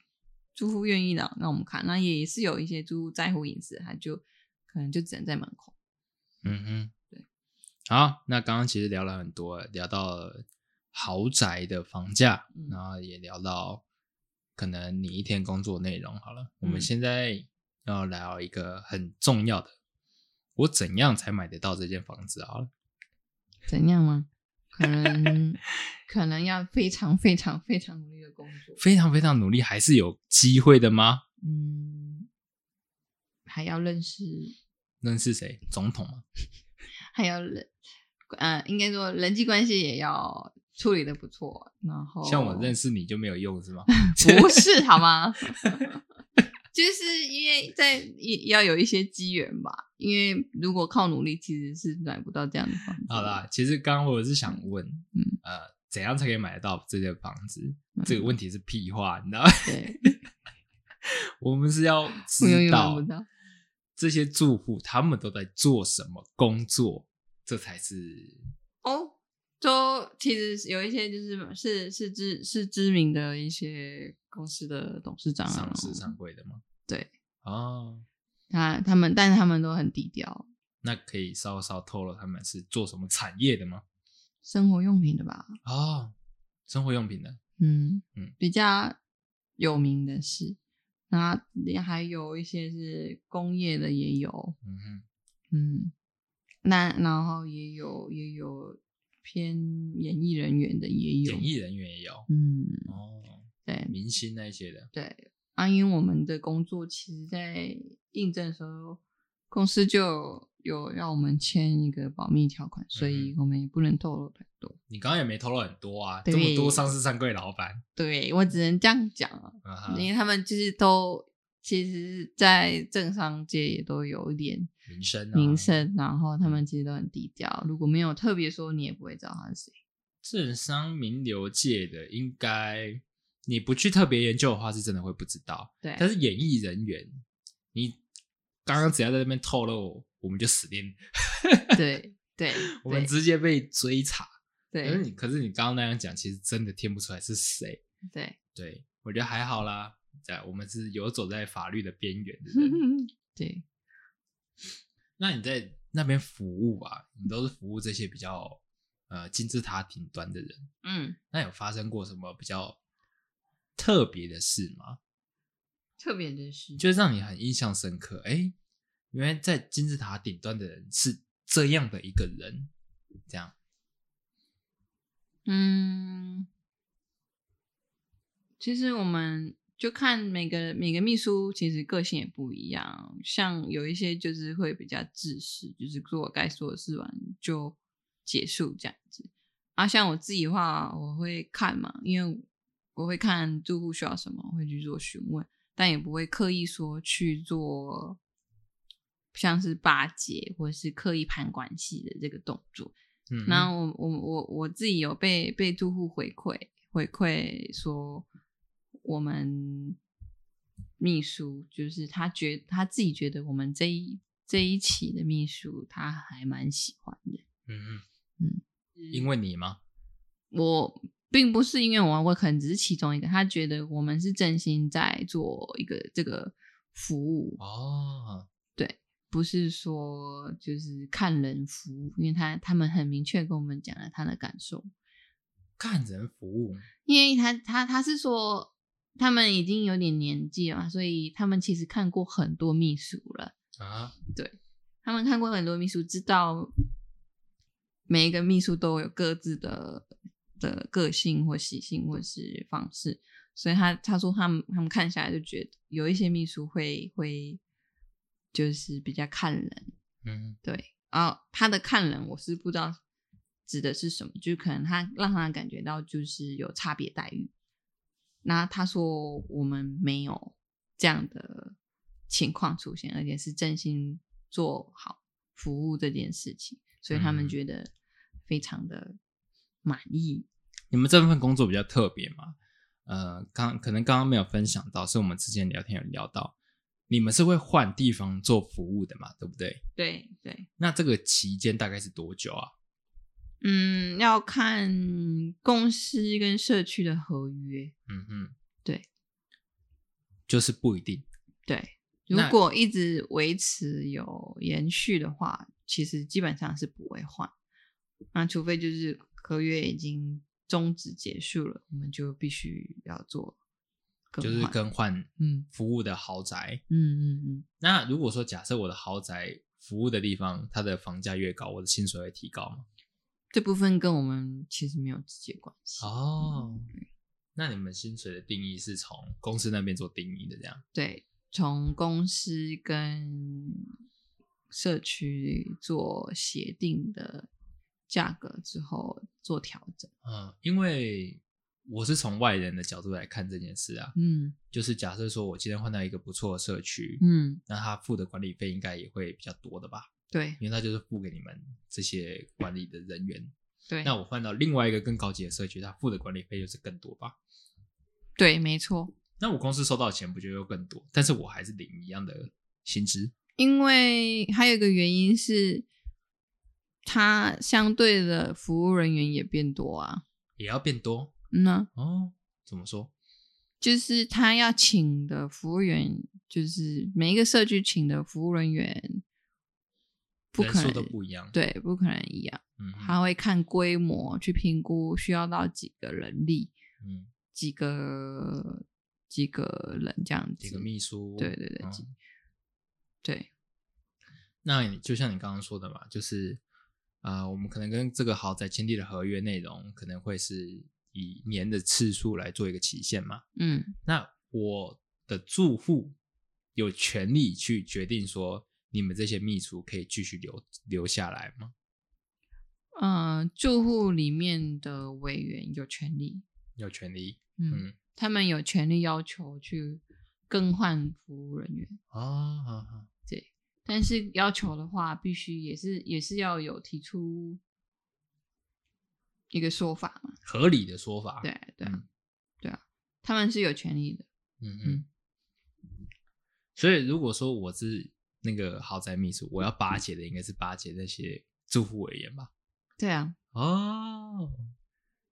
Speaker 2: 住户愿意的让我们看，那也是有一些住户在乎隐私，他就可能就只能在门口。
Speaker 1: 嗯哼，
Speaker 2: 对。
Speaker 1: 好，那刚刚其实聊了很多，聊到豪宅的房价，
Speaker 2: 嗯
Speaker 1: 然后也聊到可能你一天工作内容。好了，我们
Speaker 2: 嗯
Speaker 1: 现在要聊一个很重要的，我怎样才买得到这间房子？好了，
Speaker 2: 怎样吗？可能可能要非常非常非常努力的工作，
Speaker 1: 非常非常努力，还是有机会的吗？
Speaker 2: 嗯，还要认识，
Speaker 1: 认识谁？总统吗？
Speaker 2: 还要人，呃，应该说人际关系也要处理的不错。然后
Speaker 1: 像我认
Speaker 2: 识，
Speaker 1: 识你就没有用是吗？
Speaker 2: 不是好吗？ [LAUGHS] 就是因为在也要有一些机缘吧，因为如果靠努力，其实是买不到这样的房子。
Speaker 1: 好
Speaker 2: [LAUGHS]
Speaker 1: 啦，，其实刚刚我是想问，
Speaker 2: 嗯
Speaker 1: 呃，怎样才可以买得到这间房子？
Speaker 2: 嗯
Speaker 1: 这个问题是屁话，你知道吗？
Speaker 2: 对，
Speaker 1: 我们是要
Speaker 2: 我永
Speaker 1: 知
Speaker 2: 远买
Speaker 1: 道
Speaker 2: 不到。
Speaker 1: 这些住户他们都在做什么工作，这才是
Speaker 2: 哦，就其实有一些就是是是知是知名的一些公司的董事长啊
Speaker 1: 上，市上柜的吗？
Speaker 2: 对，
Speaker 1: 哦，
Speaker 2: 他他们，但是他们都很低调，
Speaker 1: 那可以稍稍透露他们是做什么产业的吗？
Speaker 2: 生活用品的吧，
Speaker 1: 哦，生活用品的，
Speaker 2: 嗯
Speaker 1: 嗯
Speaker 2: 比较有名的是，然后还有一些是工业的也有，
Speaker 1: 嗯哼，
Speaker 2: 嗯，那然后也有也有偏演艺人员的也有
Speaker 1: 演，艺人员也有，
Speaker 2: 嗯，
Speaker 1: 哦，
Speaker 2: 对
Speaker 1: 明星那一些的，
Speaker 2: 对，啊，因为我们的工作其实在应征的时候，公司就有让我们签一个保密条款，所
Speaker 1: 嗯
Speaker 2: 以我们也不能透露太多。
Speaker 1: 你刚刚也没透露很多啊，
Speaker 2: 对
Speaker 1: 这么多上市上柜老板，
Speaker 2: 对我只能这样讲啊，
Speaker 1: 啊哈，
Speaker 2: 因为他们就是都其实，在政商界也都有一点
Speaker 1: 名声、啊，
Speaker 2: 名，声，然后他们其实都很低调，如果没有特别说，你也不会知道他是谁。
Speaker 1: 政商名流界的，应该你不去特别研究的话，是真的会不知道。
Speaker 2: 对，
Speaker 1: 但是演艺人员，你刚刚只要在那边
Speaker 2: [LAUGHS]
Speaker 1: 透露，我们就死定了，
Speaker 2: 对对，
Speaker 1: 我们
Speaker 2: 对
Speaker 1: 直接被追查。可是
Speaker 2: 对
Speaker 1: 你，可是你刚刚那样讲，其实真的听不出来是谁。
Speaker 2: 对，
Speaker 1: 对我觉得还好啦，在我们是游走在法律的边缘的
Speaker 2: [LAUGHS]
Speaker 1: 人。
Speaker 2: 嗯对，
Speaker 1: 那你在那边服务啊，你都是服务这些比较呃金字塔顶端的人，
Speaker 2: 嗯，
Speaker 1: 那有发生过什么比较特别的事吗？
Speaker 2: 特别的是，
Speaker 1: 就是让你很印象深刻。哎、原来在金字塔顶端的人是这样的一个人，这样
Speaker 2: 嗯，其实我们就看每个每个秘书，其实个性也不一样。像有一些就是会比较自私，就是做我该做的事完就结束这样子。啊，像我自己的话，我会看嘛，因为我会看住户需要什么，我会去做询问，但也不会刻意说去做像是巴结或是刻意攀关系的这个动作。
Speaker 1: 嗯，
Speaker 2: 那我我我我自己有被被住户回馈回馈说，我们秘书就是他觉他自己觉得我们这一这一期的秘书他还蛮喜欢的，
Speaker 1: 嗯嗯，因
Speaker 2: 因
Speaker 1: 为你吗？
Speaker 2: 我并不是因为我我可能只是其中一个，他觉得我们是真心在做一个这个服务，
Speaker 1: 哦，
Speaker 2: 不是说就是看人服务，因为他他们很明确跟我们讲了他的感受。
Speaker 1: 看人服务，
Speaker 2: 因为他他他是说他们已经有点年纪了嘛，所以他们其实看过很多秘书了，
Speaker 1: 啊，
Speaker 2: 他们看过很多秘书，知道每一个秘书都有各自的的个性或习性或是方式，所以他他说他们他们看下来就觉得有一些秘书会会就是比较看人，
Speaker 1: 嗯
Speaker 2: 对啊，他的看人我是不知道指的是什么，就可能他让他感觉到就是有差别待遇。那他说我们没有这样的情况出现，而且是真心做好服务这件事情，所以他们
Speaker 1: 嗯
Speaker 2: 觉得非常的满意。
Speaker 1: 你们这份工作比较特别嘛？呃，刚可能刚刚没有分享到，是我们之前聊天有聊到，你们是会换地方做服务的嘛，对不对？
Speaker 2: 对对，
Speaker 1: 那这个期间大概是多久啊？
Speaker 2: 嗯，要看公司跟社区的合约。
Speaker 1: 嗯嗯，
Speaker 2: 对，
Speaker 1: 就是不一定。
Speaker 2: 对，如
Speaker 1: 那
Speaker 2: 果一直维持有延续的话，其实基本上是不会换。那除非就是合约已经终止结束了，我们就必须要做更
Speaker 1: 就是
Speaker 2: 换
Speaker 1: 更换
Speaker 2: 嗯
Speaker 1: 服务的豪宅。
Speaker 2: 嗯嗯嗯，
Speaker 1: 那如果说假设我的豪宅服务的地方，它的房价越高，我的薪水会提高吗？
Speaker 2: 这部分跟我们其实没有直接关系。
Speaker 1: 哦，那你们薪水的定义是从公司那边做定义的，这样？
Speaker 2: 对，从公司跟社区做协定的价格之后做调整。
Speaker 1: 嗯，因为我是从外人的角度来看这件事啊，
Speaker 2: 嗯
Speaker 1: 就是假设说我今天换到一个不错的社区，
Speaker 2: 嗯，
Speaker 1: 那他付的管理费应该也会比较多的吧？
Speaker 2: 对
Speaker 1: 因为他就是付给你们这些管理的人员。
Speaker 2: 对
Speaker 1: 那我换到另外一个更高级的社区，他付的管理费就是更多吧？
Speaker 2: 对，没错。
Speaker 1: 那我公司收到的钱不就又更多？但是我还是领一样的薪资。
Speaker 2: 因为还有一个原因是，它相对的服务人员也变多啊。
Speaker 1: 也要变多
Speaker 2: 嗯呢，
Speaker 1: 哦。怎么说？
Speaker 2: 就是他要请的服务员，就是每一个社区请的服务人员，不
Speaker 1: 人
Speaker 2: 可
Speaker 1: 数
Speaker 2: 能
Speaker 1: 都不一样。，
Speaker 2: 对，不可能一样。
Speaker 1: 嗯
Speaker 2: 他会看规模去评估需要到几个人力，
Speaker 1: 嗯，
Speaker 2: 几个几个人这样
Speaker 1: 几个
Speaker 2: 子。
Speaker 1: 秘书，
Speaker 2: 对对对
Speaker 1: 嗯
Speaker 2: 几对，
Speaker 1: 那你就像你刚刚说的嘛，就是呃，我们可能跟这个豪宅签订的合约内容，可能会是以年的次数来做一个期限嘛。
Speaker 2: 嗯
Speaker 1: 那我的住户有权利去决定说，你们这些秘书可以继续留留下来吗？
Speaker 2: 呃，住户里面的委员有权利，
Speaker 1: 有权利。
Speaker 2: 嗯，
Speaker 1: 嗯，
Speaker 2: 他们有权利要求去更换服务人员，
Speaker 1: 哦，好好
Speaker 2: 但是要求的话，必须也是也是要有提出一个说法嘛。
Speaker 1: 合理的说法。
Speaker 2: 对啊对啊、
Speaker 1: 嗯
Speaker 2: 对啊，他们是有权利的。
Speaker 1: 嗯嗯
Speaker 2: 嗯。
Speaker 1: 所以如果说我是那个豪宅秘书，我要巴结的应该是巴结那些住户委员吧？
Speaker 2: 对啊，
Speaker 1: 哦，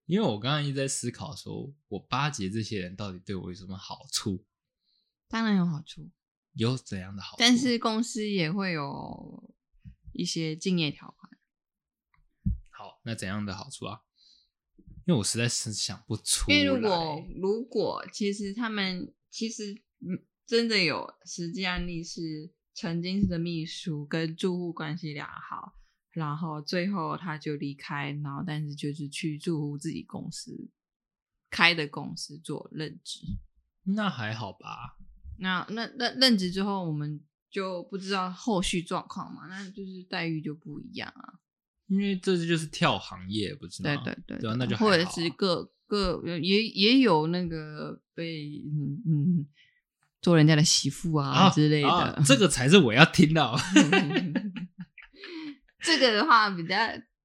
Speaker 1: 因为我刚刚一直在思考说我巴结这些人到底对我有什么好处，
Speaker 2: 当然有好处，
Speaker 1: 有怎样的好处？啊
Speaker 2: 但是公司也会有一些竞业条款。
Speaker 1: 好，那怎样的好处啊？因为我实在是想不出来。
Speaker 2: 因为如果如果其实他们其实嗯真的有实际案例是曾经的秘书跟住户关系良好，然后最后他就离开，然后但是就是去住户自己公司开的公司做任职。
Speaker 1: 那还好吧，
Speaker 2: 那那那任职之后，我们就不知道后续状况嘛，那就是待遇就不一样啊。
Speaker 1: 因为这就是跳行业，不是吗？
Speaker 2: 对对对，
Speaker 1: 对啊那就
Speaker 2: 或
Speaker 1: 还
Speaker 2: 者
Speaker 1: 好啊
Speaker 2: 是各各呃也也有那个被嗯嗯做人家的媳妇啊
Speaker 1: 啊
Speaker 2: 之类的。 [LAUGHS]
Speaker 1: 啊这个才是我要听到。
Speaker 2: 这个的话比较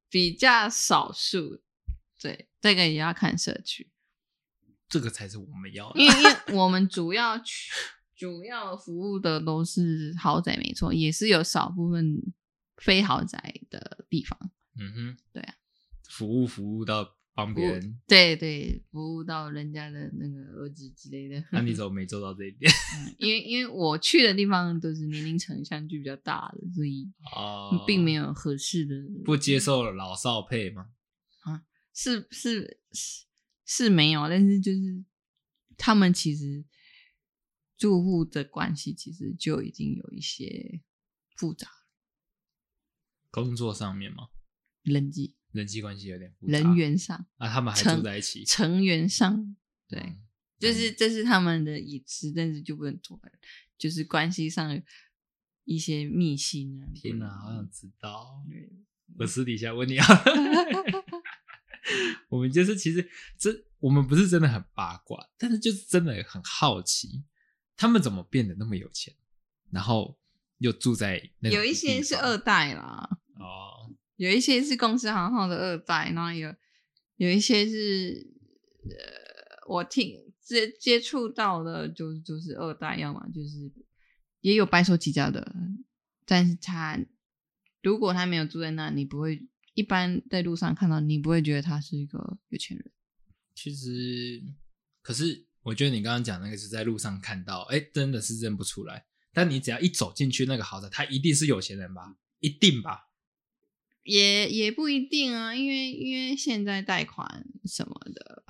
Speaker 2: 比较少数，对，这个也要看社区，
Speaker 1: 这个才是我们要的
Speaker 2: 因为因
Speaker 1: [LAUGHS]
Speaker 2: 为我们主要去主要服务的都是豪宅，没错，也是有少部分非豪宅的地方。
Speaker 1: 嗯哼，
Speaker 2: 对啊，
Speaker 1: 服务服务到帮别人，
Speaker 2: 对对，服务到人家的那个儿子之类的。
Speaker 1: 那你怎么没做到这一点？ [LAUGHS]
Speaker 2: 因为因为我去的地方都是年龄层相距比较大的，所以
Speaker 1: 哦，
Speaker 2: 嗯并没有合适的。
Speaker 1: 不接受老少配吗？
Speaker 2: 是是是是没有，啊但是就是他们其实住户的关系其实就已经有一些复杂
Speaker 1: 工作上面吗？
Speaker 2: 人际、
Speaker 1: 人际关系有点复杂
Speaker 2: 人员上、
Speaker 1: 啊，他们还
Speaker 2: 成
Speaker 1: 住在一起，
Speaker 2: 成员上，对，
Speaker 1: 嗯
Speaker 2: 就是这是他们的隐私，但是就不能做，就是关系上一些密信啊。
Speaker 1: 天哪，
Speaker 2: 哪，
Speaker 1: 好想知道。
Speaker 2: 对嗯
Speaker 1: 我私底下问
Speaker 2: [LAUGHS]
Speaker 1: 你啊，我们就是其实这我们不是真的很八卦，但是就是真的很好奇，他们怎么变得那么有钱，然后又住在那种
Speaker 2: 有一些
Speaker 1: 地
Speaker 2: 是
Speaker 1: 方
Speaker 2: 二代啦，
Speaker 1: 哦，
Speaker 2: 有一些是公司行号的二代，然后有有一些是呃，我听接接触到的就就是二代，要么就是也有白手起家的，但是他如果他没有住在那，你不会一般在路上看到，你不会觉得他是一个有钱人。
Speaker 1: 其实，可是我觉得你刚刚讲那个是在路上看到，哎，真的是认不出来。但你只要一走进去那个豪宅，他一定是有钱人吧？一定吧？
Speaker 2: 也也不一定啊，因为因为现在贷款什么的，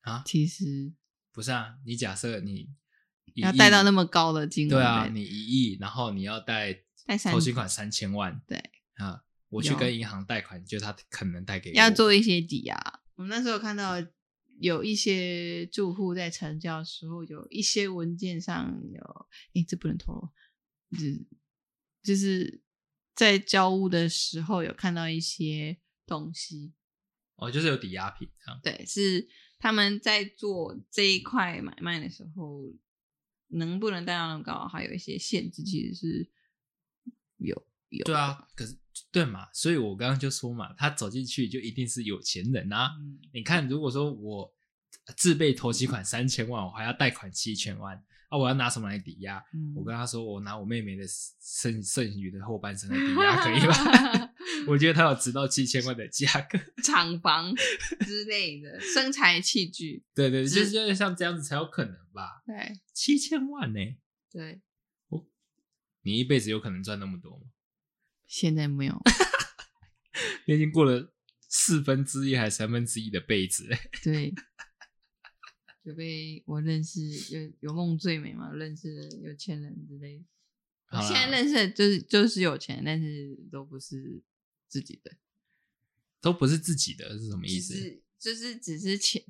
Speaker 1: 啊，
Speaker 2: 其实
Speaker 1: 不是啊，你假设你一
Speaker 2: 要
Speaker 1: 亿
Speaker 2: 贷到那么高的金额，
Speaker 1: 对啊，你一亿，然后你要贷
Speaker 2: 贷三
Speaker 1: 投期款三千万，
Speaker 2: 对
Speaker 1: 啊，我去
Speaker 2: 有
Speaker 1: 跟银行贷款，就他可能贷给我
Speaker 2: 要做一些抵押。我们那时候看到有一些住户在成交的时候，有一些文件上有，哎，这不能透露，就是就是在交屋的时候有看到一些东西，
Speaker 1: 哦，就是有抵押品这样。
Speaker 2: 对，是他们在做这一块买卖的时候，能不能贷到那么高，还有一些限制，其实是有有
Speaker 1: 对啊，可是对嘛，所以我刚刚就说嘛，他走进去就一定是有钱人啊
Speaker 2: 的。。嗯
Speaker 1: 你看，如果说我自备投期款三千万，我还要贷款七千万啊，我要拿什么来抵押？
Speaker 2: 嗯
Speaker 1: 我跟他说，我拿我妹妹的剩剩余的后半生来抵押，可以吧？？ [LAUGHS]
Speaker 2: [LAUGHS]
Speaker 1: 我觉得他有值到七千万的价格。
Speaker 2: 厂房之类的生产器具，
Speaker 1: 对对，就
Speaker 2: 只
Speaker 1: 是就是像这样子才有可能吧？
Speaker 2: 对
Speaker 1: 七千万呢、
Speaker 2: 对，
Speaker 1: 你一辈子有可能赚那么多吗？
Speaker 2: 现在没有，
Speaker 1: 你已经过了四分之一还是三分之一的辈子、欸，
Speaker 2: 对，就被我认识有有梦最美嘛，认识的有钱人之类的。我
Speaker 1: 好啦
Speaker 2: 现在认识的就是就是有钱，但是都不是自己的，
Speaker 1: 都不是自己的，是什么意
Speaker 2: 就
Speaker 1: 思？
Speaker 2: 是就是只是钱，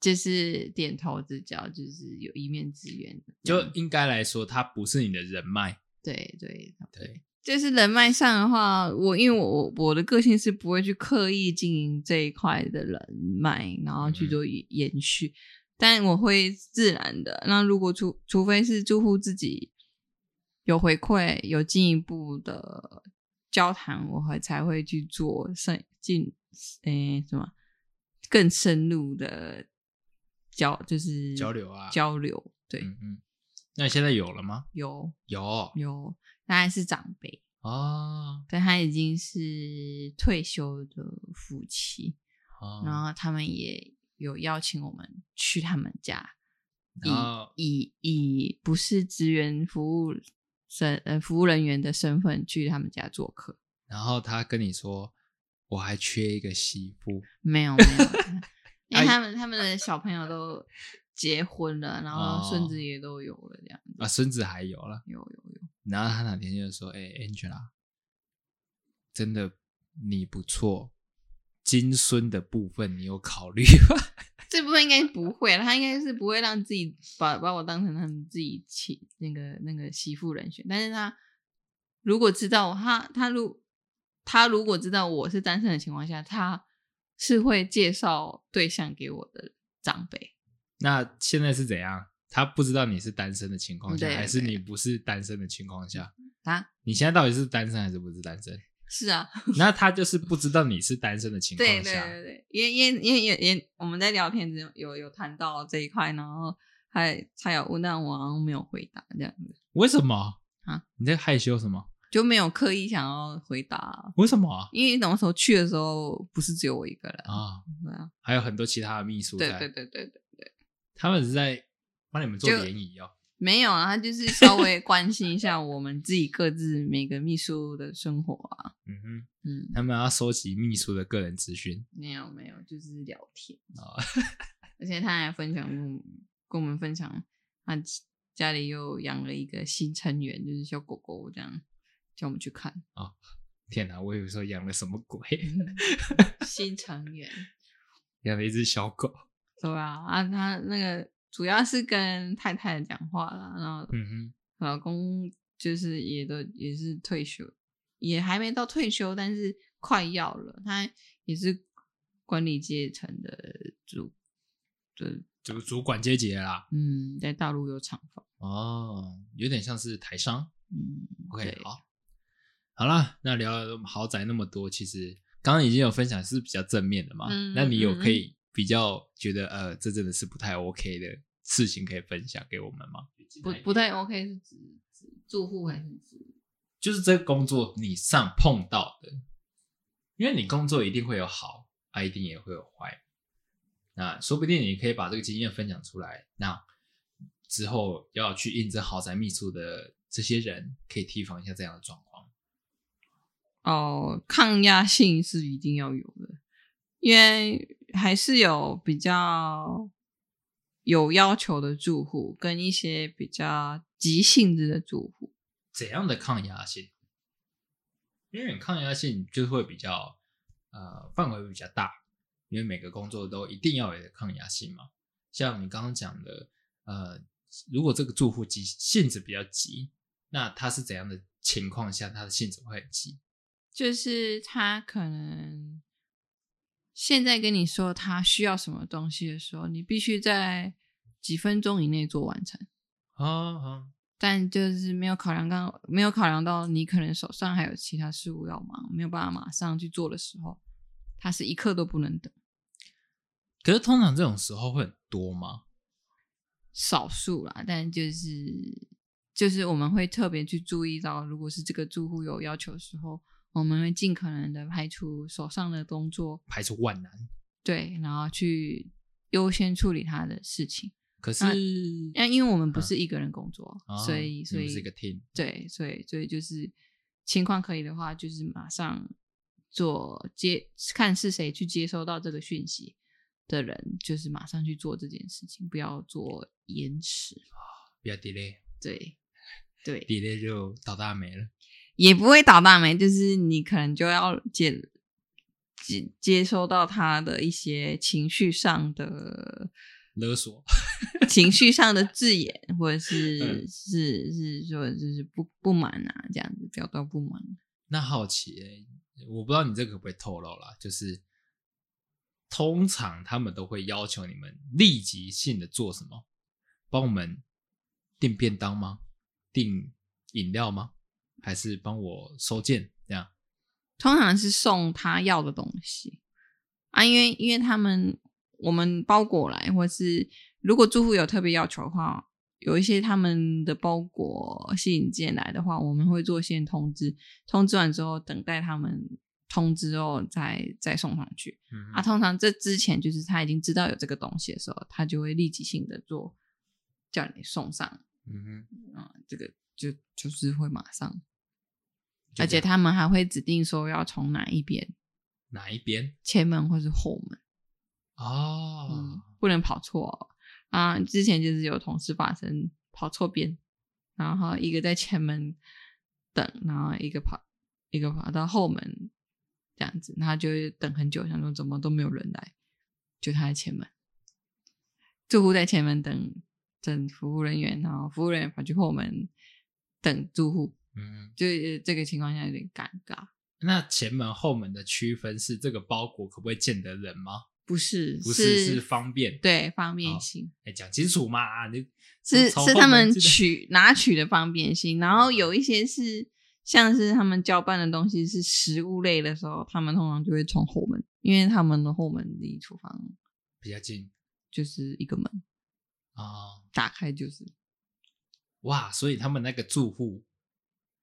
Speaker 2: 就是点头之交，就是有一面之缘的，
Speaker 1: 就应该来说，它不是你的人脉，
Speaker 2: 对对，
Speaker 1: 对，
Speaker 2: 就是人脉上的话，我因为我我我的个性是不会去刻意经营这一块的人脉，然后
Speaker 1: 嗯
Speaker 2: 去做延延续，但我会自然的。那如果除除非是住户自己有回馈，有进一步的交谈，我会才会去做深进诶、什么更深入的交，就是
Speaker 1: 交流啊
Speaker 2: 交流。对，
Speaker 1: 嗯嗯。那你现在有了吗？
Speaker 2: 有
Speaker 1: 有，
Speaker 2: 有，当然是长辈。
Speaker 1: 哦
Speaker 2: 对他已经是退休的夫妻，
Speaker 1: 哦，
Speaker 2: 然后他们也有邀请我们去他们家，
Speaker 1: 然后
Speaker 2: 以以以不是职员服务生呃服务人员的身份去他们家做客，
Speaker 1: 然后他跟你说，我还缺一个媳妇，
Speaker 2: 没有没
Speaker 1: [LAUGHS]
Speaker 2: 有，因
Speaker 1: 哎
Speaker 2: 为他们他们的小朋友都结婚了，然后
Speaker 1: 哦
Speaker 2: 孙子也都有了，这样
Speaker 1: 啊，孙子还有了。
Speaker 2: 有有有，
Speaker 1: 然后他哪天就说：“哎、a n g e l a 真的你不错，金孙的部分你有考虑吗 [LAUGHS]
Speaker 2: 这部分应该不会，他应该是不会让自己把把我当成他们自己妻那个那个媳妇人选，但是他如果知道他他如他如果知道我是单身的情况下，他是会介绍对象给我的长辈。？”
Speaker 1: 那现在是怎样？他不知道你是单身的情况下，
Speaker 2: 对
Speaker 1: 还是
Speaker 2: 对
Speaker 1: 你不是单身的情况下？
Speaker 2: 啊，
Speaker 1: 你现在到底是单身还是不是单身？ [LAUGHS]
Speaker 2: 是啊， [LAUGHS]
Speaker 1: 那他就是不知道你是单身的情况
Speaker 2: 对对
Speaker 1: 下，
Speaker 2: 对对，因为因为因为也也我们在聊天之中有有谈到这一块，然后还他有问，但我好像没有回答，这样子
Speaker 1: 为什么
Speaker 2: 啊？
Speaker 1: 你在害羞什么？
Speaker 2: 就没有刻意想要回答，
Speaker 1: 为什么啊？
Speaker 2: 因为那时候去的时候不是只有我一个人，对啊，
Speaker 1: 还有很多其他的秘书
Speaker 2: 对
Speaker 1: 在，
Speaker 2: 对对对对，
Speaker 1: 他们是在帮你们做
Speaker 2: 就
Speaker 1: 联谊哦。
Speaker 2: 没有啊，他就是稍微关心一下我们自己各自每个秘书的生活啊，
Speaker 1: 嗯哼，
Speaker 2: 嗯，
Speaker 1: 他们要收集秘书的个人资讯
Speaker 2: 没有没有，就是聊天，
Speaker 1: 啊。 [LAUGHS]
Speaker 2: 而且他还分享跟我们跟我们分享，他家里又养了一个新成员，就是小狗狗这样，叫我们去看
Speaker 1: 天哪，我有时候养了什么鬼？ [LAUGHS]
Speaker 2: 新成员，
Speaker 1: 养了一只小狗。
Speaker 2: 对啊，啊，他那个主要是跟太太讲话啦，然后
Speaker 1: 嗯
Speaker 2: 老公就是也都也是退休，也还没到退休，但是快要了。他也是管理阶层的主，就
Speaker 1: 哼，主主管阶级啦。
Speaker 2: 嗯，在大陆有厂房，
Speaker 1: 哦，有点像是台商。
Speaker 2: 嗯
Speaker 1: OK，
Speaker 2: 对
Speaker 1: 好，好啦，那聊了豪宅那么多，其实刚刚已经有分享是比较正面的嘛。
Speaker 2: 嗯
Speaker 1: 那你有
Speaker 2: 嗯
Speaker 1: 可以比较觉得呃，这真的是不太 OK 的事情可以分享给我们吗？
Speaker 2: 不不太 OK 是指指住户还是指？
Speaker 1: 就是这个工作你上碰到的，因为你工作一定会有好，啊，一定也会有坏。那说不定你可以把这个经验分享出来，那之后要去应征豪宅秘书的这些人，可以提防一下这样的状况。
Speaker 2: 哦，抗压性是一定要有的，因为还是有比较有要求的住户跟一些比较急性子的住户。
Speaker 1: 怎样的抗压性？因为你抗压性就会比较呃范围会比较大，因为每个工作都一定要有抗压性嘛。像你刚刚讲的，呃，如果这个住户急性子比较急，那他是怎样的情况下他的性子会很急？
Speaker 2: 就是他可能现在跟你说他需要什么东西的时候，你必须在几分钟以内做完成，
Speaker 1: 啊啊
Speaker 2: 但就是没有考量到没有考量到你可能手上还有其他事务要忙，没有办法马上去做的时候，他是一刻都不能等，
Speaker 1: 可是通常这种时候会很多吗？
Speaker 2: 少数啦，但就是就是我们会特别去注意到，如果是这个住户有要求的时候，我们会尽可能的排除手上的工作，
Speaker 1: 排除万难。
Speaker 2: 对，然后去优先处理他的事情。
Speaker 1: 可是，
Speaker 2: 那因为我们不是一个人工作，
Speaker 1: 啊
Speaker 2: 啊所以所
Speaker 1: 你
Speaker 2: 以
Speaker 1: 们是一个 team，
Speaker 2: 对，所以所以就是情况可以的话，就是马上做接看是谁去接收到这个讯息的人，就是马上去做这件事情，不要做延迟。
Speaker 1: 不要 delay，delay
Speaker 2: 对对，
Speaker 1: 就倒大霉了。
Speaker 2: 也不会倒大霉，就是你可能就要接接接收到他的一些情绪上的
Speaker 1: 勒索，
Speaker 2: 情绪上的字眼，或者是
Speaker 1: 嗯
Speaker 2: 是是说就是不不满啊，这样子表达不满。
Speaker 1: 那好奇、欸，我不知道你这个可不可以透露啦，就是通常他们都会要求你们立即性的做什么？帮我们订便当吗？订饮料吗？还是帮我收件这样？
Speaker 2: 通常是送他要的东西啊，因为因为他们我们包裹来，或是如果住户有特别要求的话，有一些他们的包裹信件来的话，我们会做先通知，通知完之后等待他们通知后再再送上去。
Speaker 1: 嗯
Speaker 2: 啊，通常这之前就是他已经知道有这个东西的时候，他就会立即性的做叫你送上
Speaker 1: 嗯
Speaker 2: 啊、这个就就是会马上，
Speaker 1: 就
Speaker 2: 而
Speaker 1: 这
Speaker 2: 且
Speaker 1: 样
Speaker 2: 他们还会指定说要从哪一边，
Speaker 1: 哪一边？
Speaker 2: 前门或是后门，嗯
Speaker 1: 哦，，
Speaker 2: 不能跑错哦、啊。之前就是有同事发生跑错边，然后一个在前门等，然后一个跑一个跑到后门这样子，然后就会等很久，想说怎么都没有人来，就他在前门，住户在前门等等服务人员，然后服务人员跑去后门等住户，
Speaker 1: 嗯，
Speaker 2: 就是呃这个情况下有点尴尬。
Speaker 1: 那前门后门的区分是这个包裹可不可以见得人吗？
Speaker 2: 不是，
Speaker 1: 不是，是方便。，
Speaker 2: 对方便
Speaker 1: 哦
Speaker 2: 性，
Speaker 1: 哎，讲清楚嘛，你
Speaker 2: 是
Speaker 1: 从
Speaker 2: 是
Speaker 1: 后
Speaker 2: 他们
Speaker 1: 门进来
Speaker 2: 取拿取的方便性，然
Speaker 1: 嗯
Speaker 2: 后有一些是像是他们交办的东西是食物类的时候，他们通常就会从后门，因为他们的后门离厨房
Speaker 1: 比较近
Speaker 2: 就是一个门，
Speaker 1: 啊。
Speaker 2: 打开就是
Speaker 1: 哇，所以他们那个住户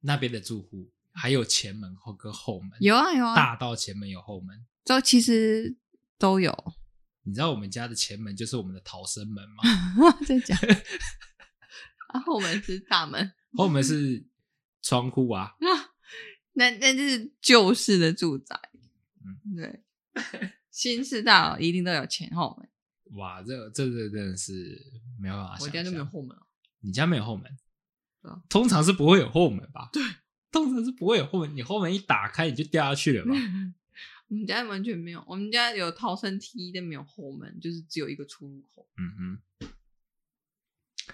Speaker 1: 那边的住户，还有前门后跟后门，
Speaker 2: 有啊有啊，
Speaker 1: 大到前门有后门。
Speaker 2: 都其实都有 [LAUGHS]
Speaker 1: 你知道我们家的前门就是我们的逃生门吗？
Speaker 2: 在
Speaker 1: [LAUGHS]
Speaker 2: 讲。啊，后门是大门，
Speaker 1: 后门是窗户啊。
Speaker 2: 那那就是旧式的住宅，
Speaker 1: 嗯
Speaker 2: 对，新式大楼一定都有前后门，
Speaker 1: 哇，这这这真的是没有办啊法想象。
Speaker 2: 我家就没有后门了。
Speaker 1: 你家没有后门
Speaker 2: 对啊，
Speaker 1: 通常是不会有后门吧？对，通常是不会有后门。你后门一打开，你就掉下去了吧？
Speaker 2: [LAUGHS] 我们家完全没有，我们家有逃生梯，但没有后门，就是只有一个出入口，
Speaker 1: 嗯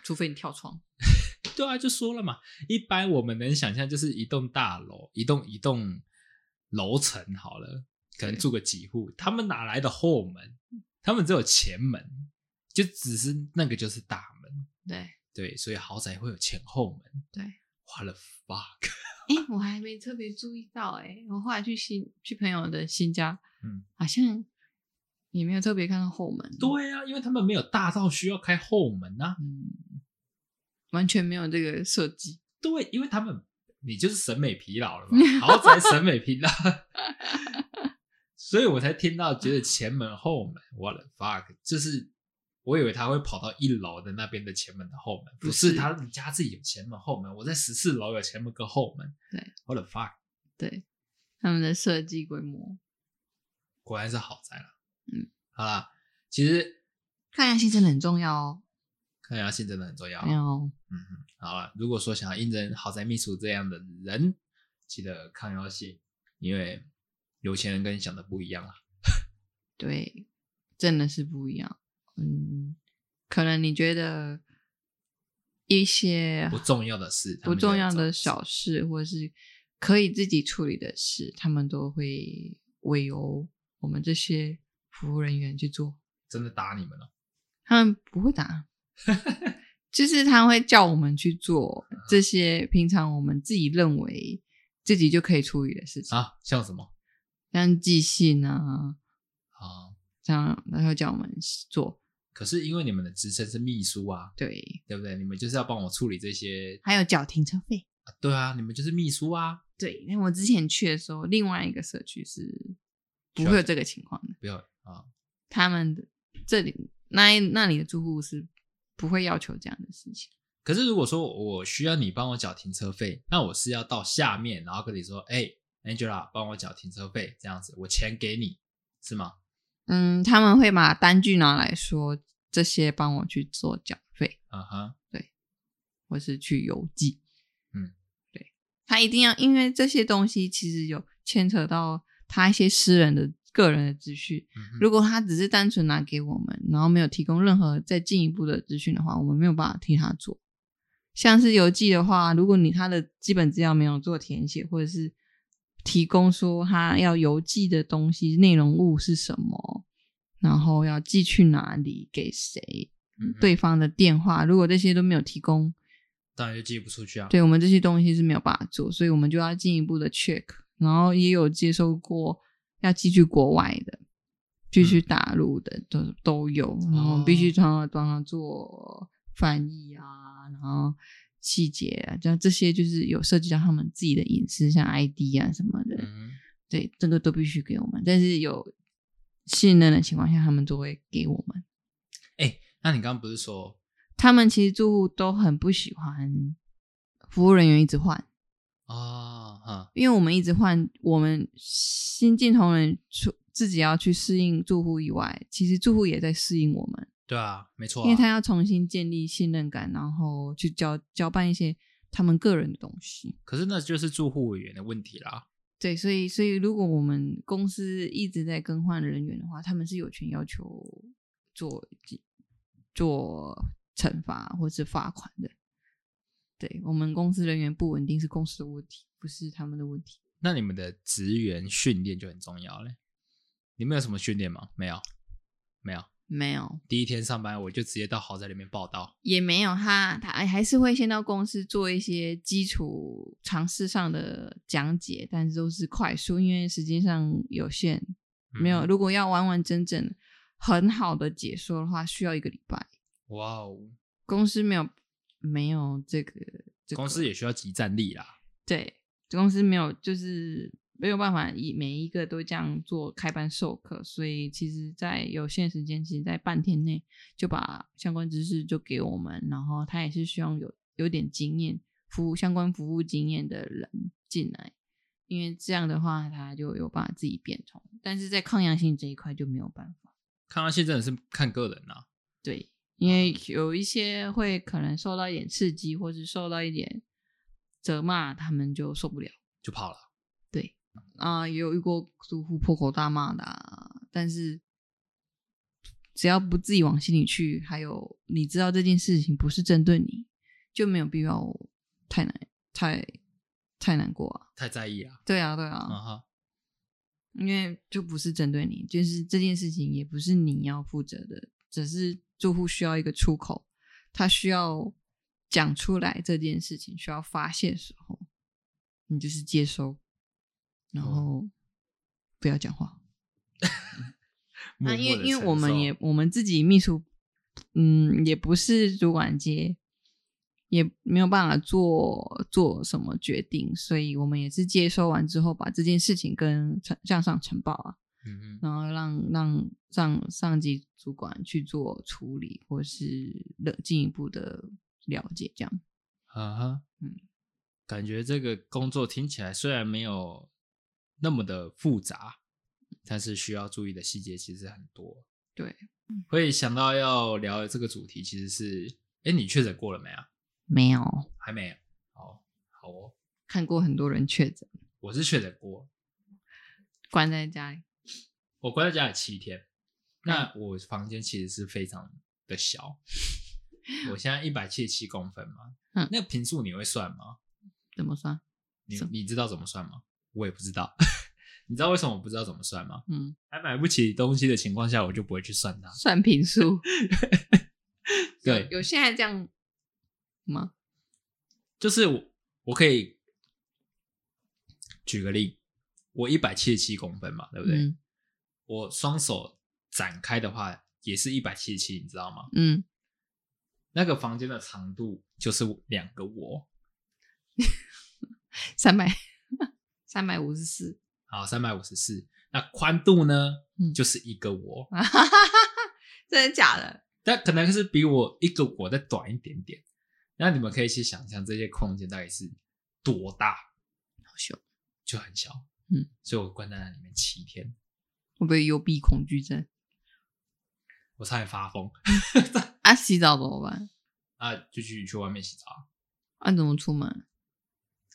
Speaker 2: 除非你跳窗。
Speaker 1: 哼，对啊，就说了嘛，一般我们能想象就是一栋大楼，一栋一栋楼层好了，可能
Speaker 2: 对
Speaker 1: 住个几户，他们哪来的后门？他们只有前门，就只是那个就是大门，
Speaker 2: 对，
Speaker 1: 对，所以豪宅会有前后门。
Speaker 2: 对
Speaker 1: ，what the fuck？
Speaker 2: 哎、我还没特别注意到、哎，我后来去新去朋友的新家，
Speaker 1: 嗯，
Speaker 2: 好像也没有特别看到后门，，
Speaker 1: 对啊，因为他们没有大到需要开后门啊。
Speaker 2: 嗯，完全没有这个设计，
Speaker 1: 对，因为他们你就是审美疲劳了嘛，豪宅审美疲劳， [LAUGHS] 所以我才听到觉得前门后门，what the fuck，就是我以为他会跑到一楼的那边的前门的后门，不
Speaker 2: 不
Speaker 1: 是
Speaker 2: 是
Speaker 1: 他们家自己有前门后门，我在十四楼有前门跟后门，
Speaker 2: 对
Speaker 1: ，what the fuck，
Speaker 2: 对，他们的设计规模。
Speaker 1: 果然是豪宅了，
Speaker 2: 嗯，
Speaker 1: 好啦，其实
Speaker 2: 抗压性真的很重要哦，
Speaker 1: 抗压性真的很重要，
Speaker 2: 没有
Speaker 1: 嗯哼，好了，如果说想要应征豪宅秘书这样的人，记得抗腰性，因为有钱人跟你想的不一样啊。
Speaker 2: 对，真的是不一样。嗯，可能你觉得一些
Speaker 1: 不重要的事，他
Speaker 2: 不
Speaker 1: 们就
Speaker 2: 重
Speaker 1: 会
Speaker 2: 要
Speaker 1: 找
Speaker 2: 的小事，或是可以自己处理的事，他们都会委由我们这些服务人员去做。
Speaker 1: 真的打你们了。
Speaker 2: 他们不会打，
Speaker 1: [LAUGHS]
Speaker 2: 就是他会叫我们去做
Speaker 1: 嗯
Speaker 2: 这些平常我们自己认为自己就可以处理的事情，
Speaker 1: 啊，像什么
Speaker 2: 像寄信啊，
Speaker 1: 啊？
Speaker 2: 这样他会叫我们做。
Speaker 1: 可是因为你们的职称是秘书啊，
Speaker 2: 对，
Speaker 1: 对不对？你们就是要帮我处理这些，
Speaker 2: 还有缴停车费。
Speaker 1: 啊对啊，你们就是秘书啊，
Speaker 2: 对，因为我之前去的时候，另外一个社区是不
Speaker 1: 需要
Speaker 2: 会有
Speaker 1: 缴
Speaker 2: 这个情况的。
Speaker 1: 不要啊，
Speaker 2: 他们的这里那一那里的住户是不会要求这样的事情。
Speaker 1: 可是如果说我需要你帮我缴停车费，那我是要到下面，然后跟你说，哎、a n g e l a 帮我缴停车费，这样子，我钱给你，是吗？
Speaker 2: 嗯，他们会把单据拿来说，这些帮我去做缴费，
Speaker 1: 嗯哼，
Speaker 2: 或是去邮寄。
Speaker 1: 嗯，
Speaker 2: 对，他一定要，因为这些东西其实有牵扯到他一些私人的个人的资讯。
Speaker 1: 嗯哼
Speaker 2: 如果他只是单纯拿给我们，然后没有提供任何再进一步的资讯的话，我们没有办法替他做。像是邮寄的话，如果你他的基本资料没有做填写，或者是提供说他要邮寄的东西内容物是什么，然后要寄去哪里给谁，
Speaker 1: 嗯哼
Speaker 2: 对方的电话，如果这些都没有提供，
Speaker 1: 当然就寄不出去啊。
Speaker 2: 对我们这些东西是没有办法做，所以我们就要进一步的 check，然后也有接收过要寄去国外的，寄去大陆的都、都有，然后我们必须常常帮他做翻译啊，然后细节啊，像这些就是有涉及到他们自己的隐私，像 ID 啊什么的，
Speaker 1: 嗯，
Speaker 2: 对，这个都必须给我们。但是有信任的情况下，他们都会给我们。
Speaker 1: 那你刚刚不是说
Speaker 2: 他们其实住户都很不喜欢服务人员一直换，
Speaker 1: 哦，哈，
Speaker 2: 因为我们一直换，我们新进同仁除自己要去适应住户以外，其实住户也在适应我们，
Speaker 1: 对啊，没错啊、
Speaker 2: 因为他要重新建立信任感，然后去交交办一些他们个人的东西。
Speaker 1: 可是那就是住户委员的问题啦。
Speaker 2: 对，所以所以如果我们公司一直在更换人员的话，他们是有权要求做做惩罚或是罚款的。对我们公司人员不稳定是公司的问题，不是他们的问题。
Speaker 1: 那你们的职员训练就很重要嘞。你们有什么训练吗？没有，没有。
Speaker 2: 没有，
Speaker 1: 第一天上班我就直接到豪宅里面报道。
Speaker 2: 也没有他，他还是会先到公司做一些基础常识上的讲解，但是都是快速，因为时间上有限。
Speaker 1: 嗯
Speaker 2: 没有，如果要完完整整、很好的解说的话，需要一个礼拜。
Speaker 1: 哇哦，
Speaker 2: 公司没有没有这个，这个
Speaker 1: 公司也需要集战力啦。
Speaker 2: 对公司没有，就是没有办法以每一个都这样做开班授课，所以其实，在有限时间，其实在半天内就把相关知识就给我们，然后他也是希望有有点经验，服务相关服务经验的人进来。因为这样的话，他就有办法自己变通，但是在抗压性这一块就没有办法。
Speaker 1: 看到现在真的是看个人啊啦。
Speaker 2: 对，因为有一些会可能受到一点刺激，或是受到一点责骂，他们就受不了
Speaker 1: 就跑了。
Speaker 2: 啊、也有遇过疏忽破口大骂的、啊，但是只要不自己往心里去，还有你知道这件事情不是针对你，就没有必要太难太太难过啊。
Speaker 1: 太在意了。
Speaker 2: 对啊，对啊，
Speaker 1: 啊哈，
Speaker 2: 因为就不是针对你，就是这件事情也不是你要负责的，只是住户需要一个出口，他需要讲出来这件事情，需要发泄的时候，你就是接收，然后不要讲话。那、因为因为我们
Speaker 1: 嗯
Speaker 2: 也我们自己秘书，嗯，也不是主管阶，也没有办法做做什么决定，所以我们也是接收完之后，把这件事情跟呈向上呈报啊。
Speaker 1: 嗯哼
Speaker 2: 然后让让让上级主管去做处理，或是了进一步的了解，这样
Speaker 1: 啊哈，
Speaker 2: 嗯
Speaker 1: 感觉这个工作听起来虽然没有那么的复杂，但是需要注意的细节其实很多。
Speaker 2: 对，嗯
Speaker 1: 会想到要聊这个主题，其实是，哎，你确诊过了没啊？
Speaker 2: 没有
Speaker 1: 还没有。好，好哦，
Speaker 2: 看过很多人确诊，
Speaker 1: 我是确诊过，
Speaker 2: 关在家里，
Speaker 1: 我关在家里七天。那
Speaker 2: 嗯
Speaker 1: 我房间其实是非常的
Speaker 2: [LAUGHS]
Speaker 1: 小，我现在一百七十七公分嘛。
Speaker 2: 嗯
Speaker 1: 那个平数你会算吗？
Speaker 2: 怎么算？
Speaker 1: 你
Speaker 2: 什么
Speaker 1: 你知道怎么算吗？我也不知
Speaker 2: [LAUGHS]
Speaker 1: 道。你知道为什么我不知道怎么算吗？
Speaker 2: 嗯，
Speaker 1: 还买不起东西的情况下，我就不会去算它。
Speaker 2: 算平数。 [LAUGHS]
Speaker 1: 对，
Speaker 2: 有现在这样吗？
Speaker 1: 就是我我可以举个例，我一百七十七公分嘛，对不对？
Speaker 2: 嗯
Speaker 1: 我双手展开的话，也是一百七十七，你知道吗？
Speaker 2: 嗯，
Speaker 1: 那个房间的长度就是两个我，
Speaker 2: 三百三百五十四， [LAUGHS]
Speaker 1: 好，三百五十四。那宽度呢，
Speaker 2: 嗯
Speaker 1: 就是一个我，
Speaker 2: 真的假的？
Speaker 1: 但可能是比我一个我再短一点点。那你们可以去想象这些空间到底是多大，
Speaker 2: 好笑，
Speaker 1: 就很小。
Speaker 2: 嗯，
Speaker 1: 所以我关在那里面七天，
Speaker 2: 会不会幽闭恐惧症
Speaker 1: 我差点发疯
Speaker 2: 啊？洗澡怎么办？
Speaker 1: 啊！就去去外面洗澡啊，
Speaker 2: 啊，怎么出门？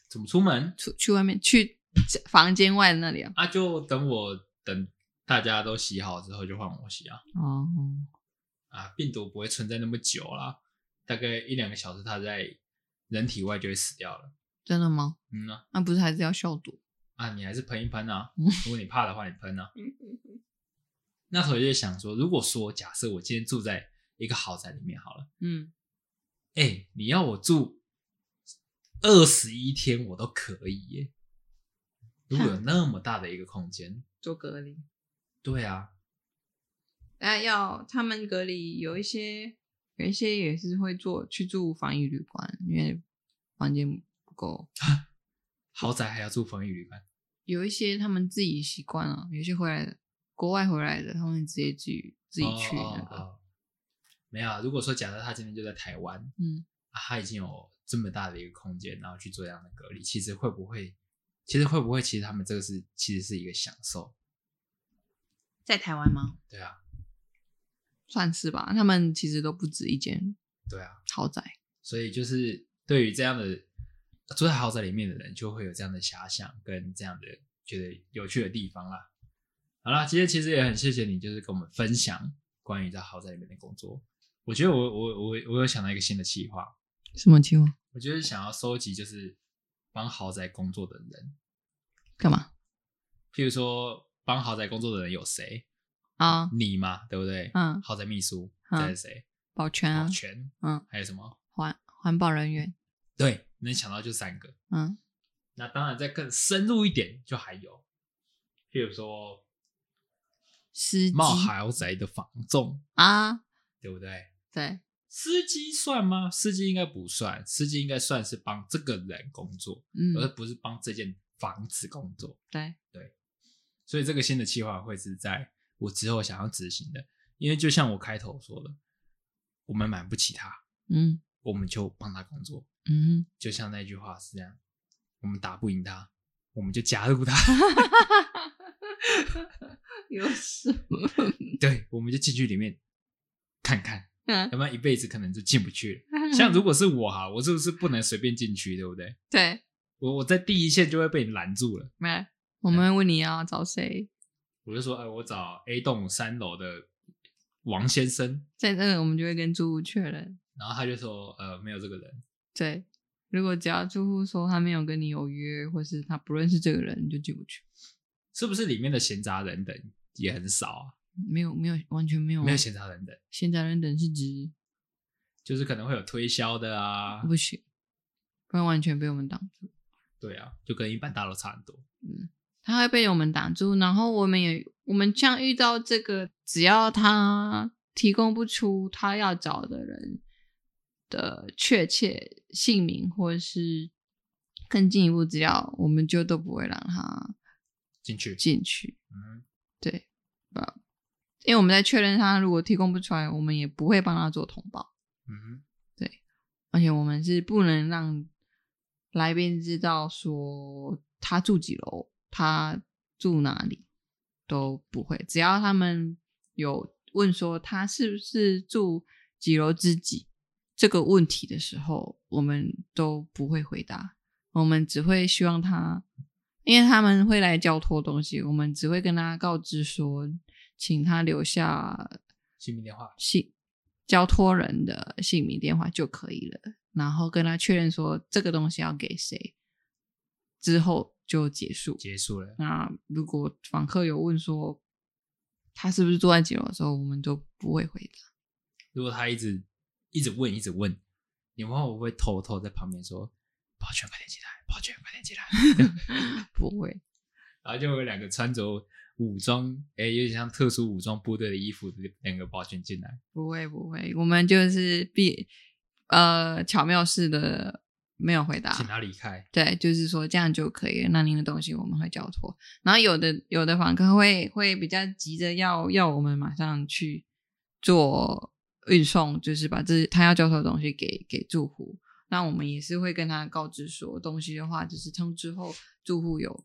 Speaker 1: 怎么出门
Speaker 2: 出去外面去房间外的那里啊？
Speaker 1: 啊？就等我等大家都洗好之后，就换我洗啊
Speaker 2: 哦，
Speaker 1: 啊！病毒不会存在那么久啦，大概一两个小时，它在人体外就会死掉了。
Speaker 2: 真的吗？
Speaker 1: 嗯啊，
Speaker 2: 那、不是还是要消毒？
Speaker 1: 啊，你还是喷一喷啊
Speaker 2: 嗯。
Speaker 1: 如果你怕的话，你喷啊。那时候就想说，如果说假设我今天住在一个豪宅里面好了，
Speaker 2: 嗯，
Speaker 1: 哎、你要我住二十一天，我都可以耶。如果有那么大的一个空间，
Speaker 2: 做隔离。
Speaker 1: 对啊，
Speaker 2: 那要他们隔离有一些有一些也是会做去住防疫旅馆，因为房间不够。
Speaker 1: 豪宅还要住防疫旅馆，
Speaker 2: 有一些他们自己习惯了，有些回来的国外回来的，他们直接自己自己去
Speaker 1: 哦
Speaker 2: 那
Speaker 1: 哦
Speaker 2: 个，
Speaker 1: 哦没有啊，如果说假设他今天就在台湾，
Speaker 2: 嗯，
Speaker 1: 啊他已经有这么大的一个空间，然后去做这样的隔离，其实会不会，其实会不会，其实他们这个是其实是一个享受，
Speaker 2: 在台湾吗？
Speaker 1: 对啊，
Speaker 2: 算是吧，他们其实都不止一间
Speaker 1: 对啊，
Speaker 2: 豪宅。
Speaker 1: 所以就是对于这样的住在豪宅里面的人，就会有这样的遐想跟这样的觉得有趣的地方啦。好啦，今天其实也很谢谢你，就是跟我们分享关于在豪宅里面的工作。我觉得我我我我有想到一个新的计划，
Speaker 2: 什么情况？
Speaker 1: 我就是想要收集就是帮豪宅工作的人，
Speaker 2: 干嘛
Speaker 1: 譬如说帮豪宅工作的人有谁？
Speaker 2: 啊？
Speaker 1: 你嘛，对不对？
Speaker 2: 嗯
Speaker 1: 豪宅秘书，
Speaker 2: 嗯
Speaker 1: 再是谁？
Speaker 2: 保全啊
Speaker 1: 保，全，
Speaker 2: 嗯，
Speaker 1: 还有什么？
Speaker 2: 环环保人员，
Speaker 1: 对，能想到就三个。
Speaker 2: 嗯，
Speaker 1: 那当然，再更深入一点，就还有，譬如说
Speaker 2: 司机
Speaker 1: 冒豪宅的房仲，
Speaker 2: 啊，
Speaker 1: 对不对？
Speaker 2: 对，
Speaker 1: 司机算吗？司机应该不算，司机应该算是帮这个人工作，而
Speaker 2: 嗯，
Speaker 1: 不是帮这间房子工作。
Speaker 2: 对，
Speaker 1: 所以这个新的计划会是在我之后想要执行的，因为就像我开头说的，我们买不起他，
Speaker 2: 嗯
Speaker 1: 我们就帮他工作，
Speaker 2: 嗯，
Speaker 1: 就像那句话是这样，我们打不赢他，我们就加入他。
Speaker 2: [LAUGHS]
Speaker 1: [LAUGHS]
Speaker 2: 有什么？ [LAUGHS]
Speaker 1: 对，我们就进去里面看看，
Speaker 2: 嗯
Speaker 1: 要不然一辈子可能就进不去了。像如果是我哈，我是不是不能随便进去，对不对？
Speaker 2: 对，
Speaker 1: 我我在第一线就会被你拦住了。
Speaker 2: 没，我们会问你要找谁？
Speaker 1: 我就说，哎、我找 A 栋三楼的王先生，
Speaker 2: 在这个我们就会跟住户确认。
Speaker 1: 然后他就说，呃，没有这个人。
Speaker 2: 对，如果只要住户说他没有跟你有约，或是他不认识这个人，你就进不去。
Speaker 1: 是不是里面的闲杂人等也很少啊？
Speaker 2: 没有，没有，完全没有啊。
Speaker 1: 没有闲杂人等，
Speaker 2: 闲杂人等是指
Speaker 1: 就是可能会有推销的啊，
Speaker 2: 不行，不然完全被我们挡住。
Speaker 1: 对啊，就跟一般大楼差很多。
Speaker 2: 他会被我们挡住，然后我们也我们像遇到这个，只要他提供不出他要找的人的确切姓名或是更进一步资料，我们就都不会让他
Speaker 1: 进去，
Speaker 2: 进去。
Speaker 1: 嗯，
Speaker 2: 对，吧？因为我们在确认他如果提供不出来，我们也不会帮他做通报，
Speaker 1: 嗯，
Speaker 2: 而且我们是不能让来宾知道说他住几楼，他住哪里都不会。只要他们有问说他是不是住几楼之几这个问题的时候，我们都不会回答，我们只会希望他，因为他们会来交托东西，我们只会跟他告知说，请他留下
Speaker 1: 姓名电话，
Speaker 2: 姓交托人的姓名、电话就可以了，然后跟他确认说这个东西要给谁，之后就结束。
Speaker 1: 结束了。
Speaker 2: 那如果访客有问说他是不是住在几楼的时候，我们都不会回答。 [LAUGHS]
Speaker 1: 如果他一直一直问，一直问，你们会不会偷偷在旁边说：“保全，快点进来！保全，快点进来 [LAUGHS]
Speaker 2: 不会，！”
Speaker 1: 然后就有两个穿着武装，哎、有点像特殊武装部队的衣服的两个保全进来，
Speaker 2: 不会，不会，我们就是必呃巧妙式的没有回答，
Speaker 1: 请他离开。
Speaker 2: 对，就是说这样就可以了。那您的东西我们会交托。然后有的有的访客会会比较急着要要我们马上去做运送，就是把这他要交托的东西给给住户。那我们也是会跟他告知说，东西的话就是通知后住户有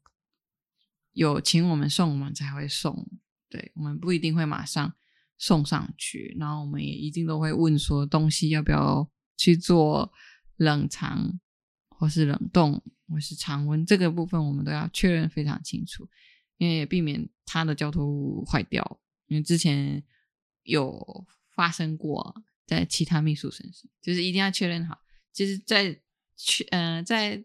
Speaker 2: 有请我们送，我们才会送。对，我们不一定会马上送上去，然后我们也一定都会问说东西要不要去做冷藏，或是冷冻，或是常温，这个部分我们都要确认非常清楚，因为也避免它的交托物坏掉，因为之前有发生过在其他秘书身上，就是一定要确认好，就是在确呃在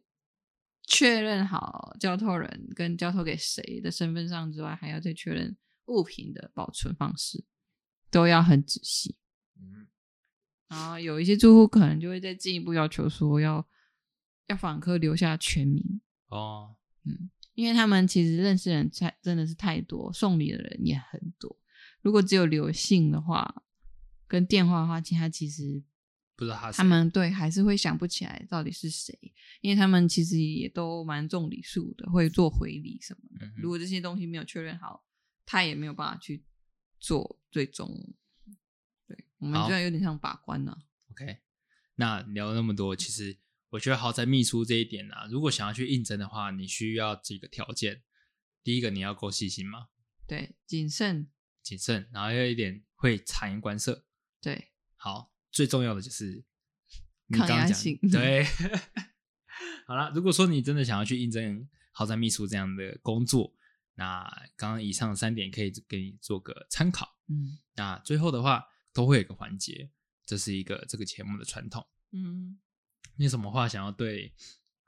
Speaker 2: 确认好交托人跟交托给谁的身份上之外，还要再确认物品的保存方式，都要很仔细。
Speaker 1: 嗯，
Speaker 2: 然后有一些住户可能就会再进一步要求说要要访客留下全名，
Speaker 1: 哦，
Speaker 2: 因为他们其实认识人太真的是太多，送礼的人也很多。如果只有留姓的话，跟电话的话，其实他其实
Speaker 1: 不知道他是
Speaker 2: 他们对还是会想不起来到底是谁，因为他们其实也都蛮重礼数的，会做回礼什么的。
Speaker 1: 嗯哼
Speaker 2: 如果这些东西没有确认好，他也没有办法去做最终。对我们
Speaker 1: 好
Speaker 2: 这样有点像把关了、
Speaker 1: OK，那聊了那么多，其实我觉得好在秘书这一点啊，如果想要去应征的话，你需要几个条件。第一个，你要够细心嘛，
Speaker 2: 对，谨慎，
Speaker 1: 谨慎，然后要有一点会察言观色。
Speaker 2: 对，
Speaker 1: 好，最重要的就是你
Speaker 2: 抗
Speaker 1: 刚刚
Speaker 2: 压
Speaker 1: 讲
Speaker 2: 性 [LAUGHS]
Speaker 1: 对。好啦，如果说你真的想要去应征好在秘书这样的工作，那刚刚以上三点可以给你做个参考。
Speaker 2: 嗯
Speaker 1: 那最后的话，都会有一个环节，这是一个这个节目的传统。
Speaker 2: 嗯，
Speaker 1: 你有什么话想要对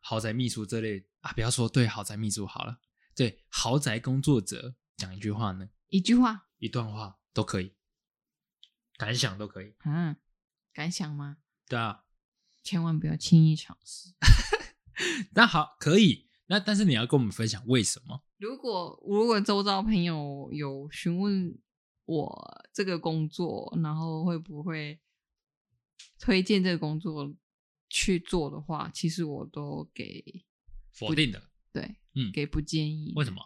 Speaker 1: 豪宅秘书这类啊？不要说对豪宅秘书好了，对豪宅工作者讲一句话呢，
Speaker 2: 一句话
Speaker 1: 一段话都可以，感想都可以。
Speaker 2: 啊，敢想吗？
Speaker 1: 对啊，
Speaker 2: 千万不要轻易尝试。
Speaker 1: 那好，可以。那但是你要跟我们分享为什么？
Speaker 2: 如果如果周遭朋友有询问我这个工作，然后会不会推荐这个工作去做的话，其实我都给
Speaker 1: 否定的，
Speaker 2: 对，
Speaker 1: 嗯
Speaker 2: 给不建议。
Speaker 1: 为什？么？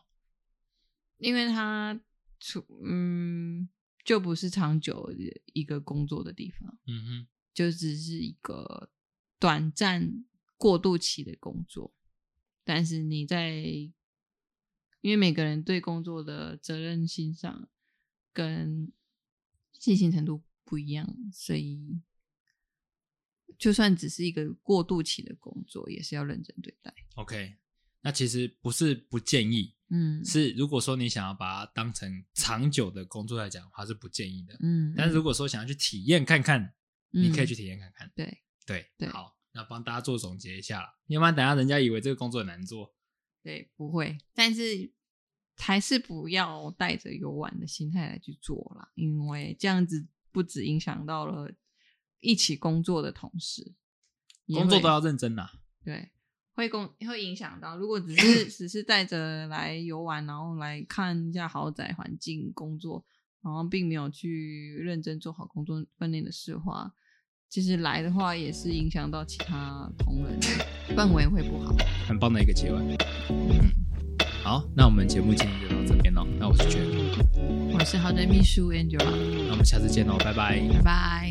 Speaker 2: 因为它出嗯，就不是长久的一个工作的地方，
Speaker 1: 嗯哼，
Speaker 2: 就只是一个短暂过渡期的工作，但是你在，因为每个人对工作的责任心上跟细心程度不一样，所以就算只是一个过渡期的工作，也是要认真对待。
Speaker 1: ，OK。那其实不是不建议，
Speaker 2: 嗯
Speaker 1: 是如果说你想要把它当成长久的工作来讲的话，是不建议的。
Speaker 2: 嗯，
Speaker 1: 但是如果说想要去体验看看，你可以去体验看看。
Speaker 2: 对
Speaker 1: 对
Speaker 2: 对
Speaker 1: 好，那帮大家做总结一下啦，要不然等下人家以为这个工作很难做。
Speaker 2: 对，不会，但是还是不要带着游玩的心态来去做啦，因为这样子不止影响到了一起工作的同事，也
Speaker 1: 工作
Speaker 2: 会
Speaker 1: 都要认真啊啦。
Speaker 2: 对，会工会影响到。如果只是 [COUGHS] 只是带着来游玩，然后来看一下豪宅环境工作，然后并没有去认真做好工作分内的事的话，其实来的话也是影响到其他同仁的，氛围会不好。
Speaker 1: 很棒的一个结尾。嗯，好，那我们节目今天就到这边喽。那我是觉得，
Speaker 2: 我是豪宅秘书 Angela。
Speaker 1: 那我们下次见喽，拜拜。
Speaker 2: 拜拜。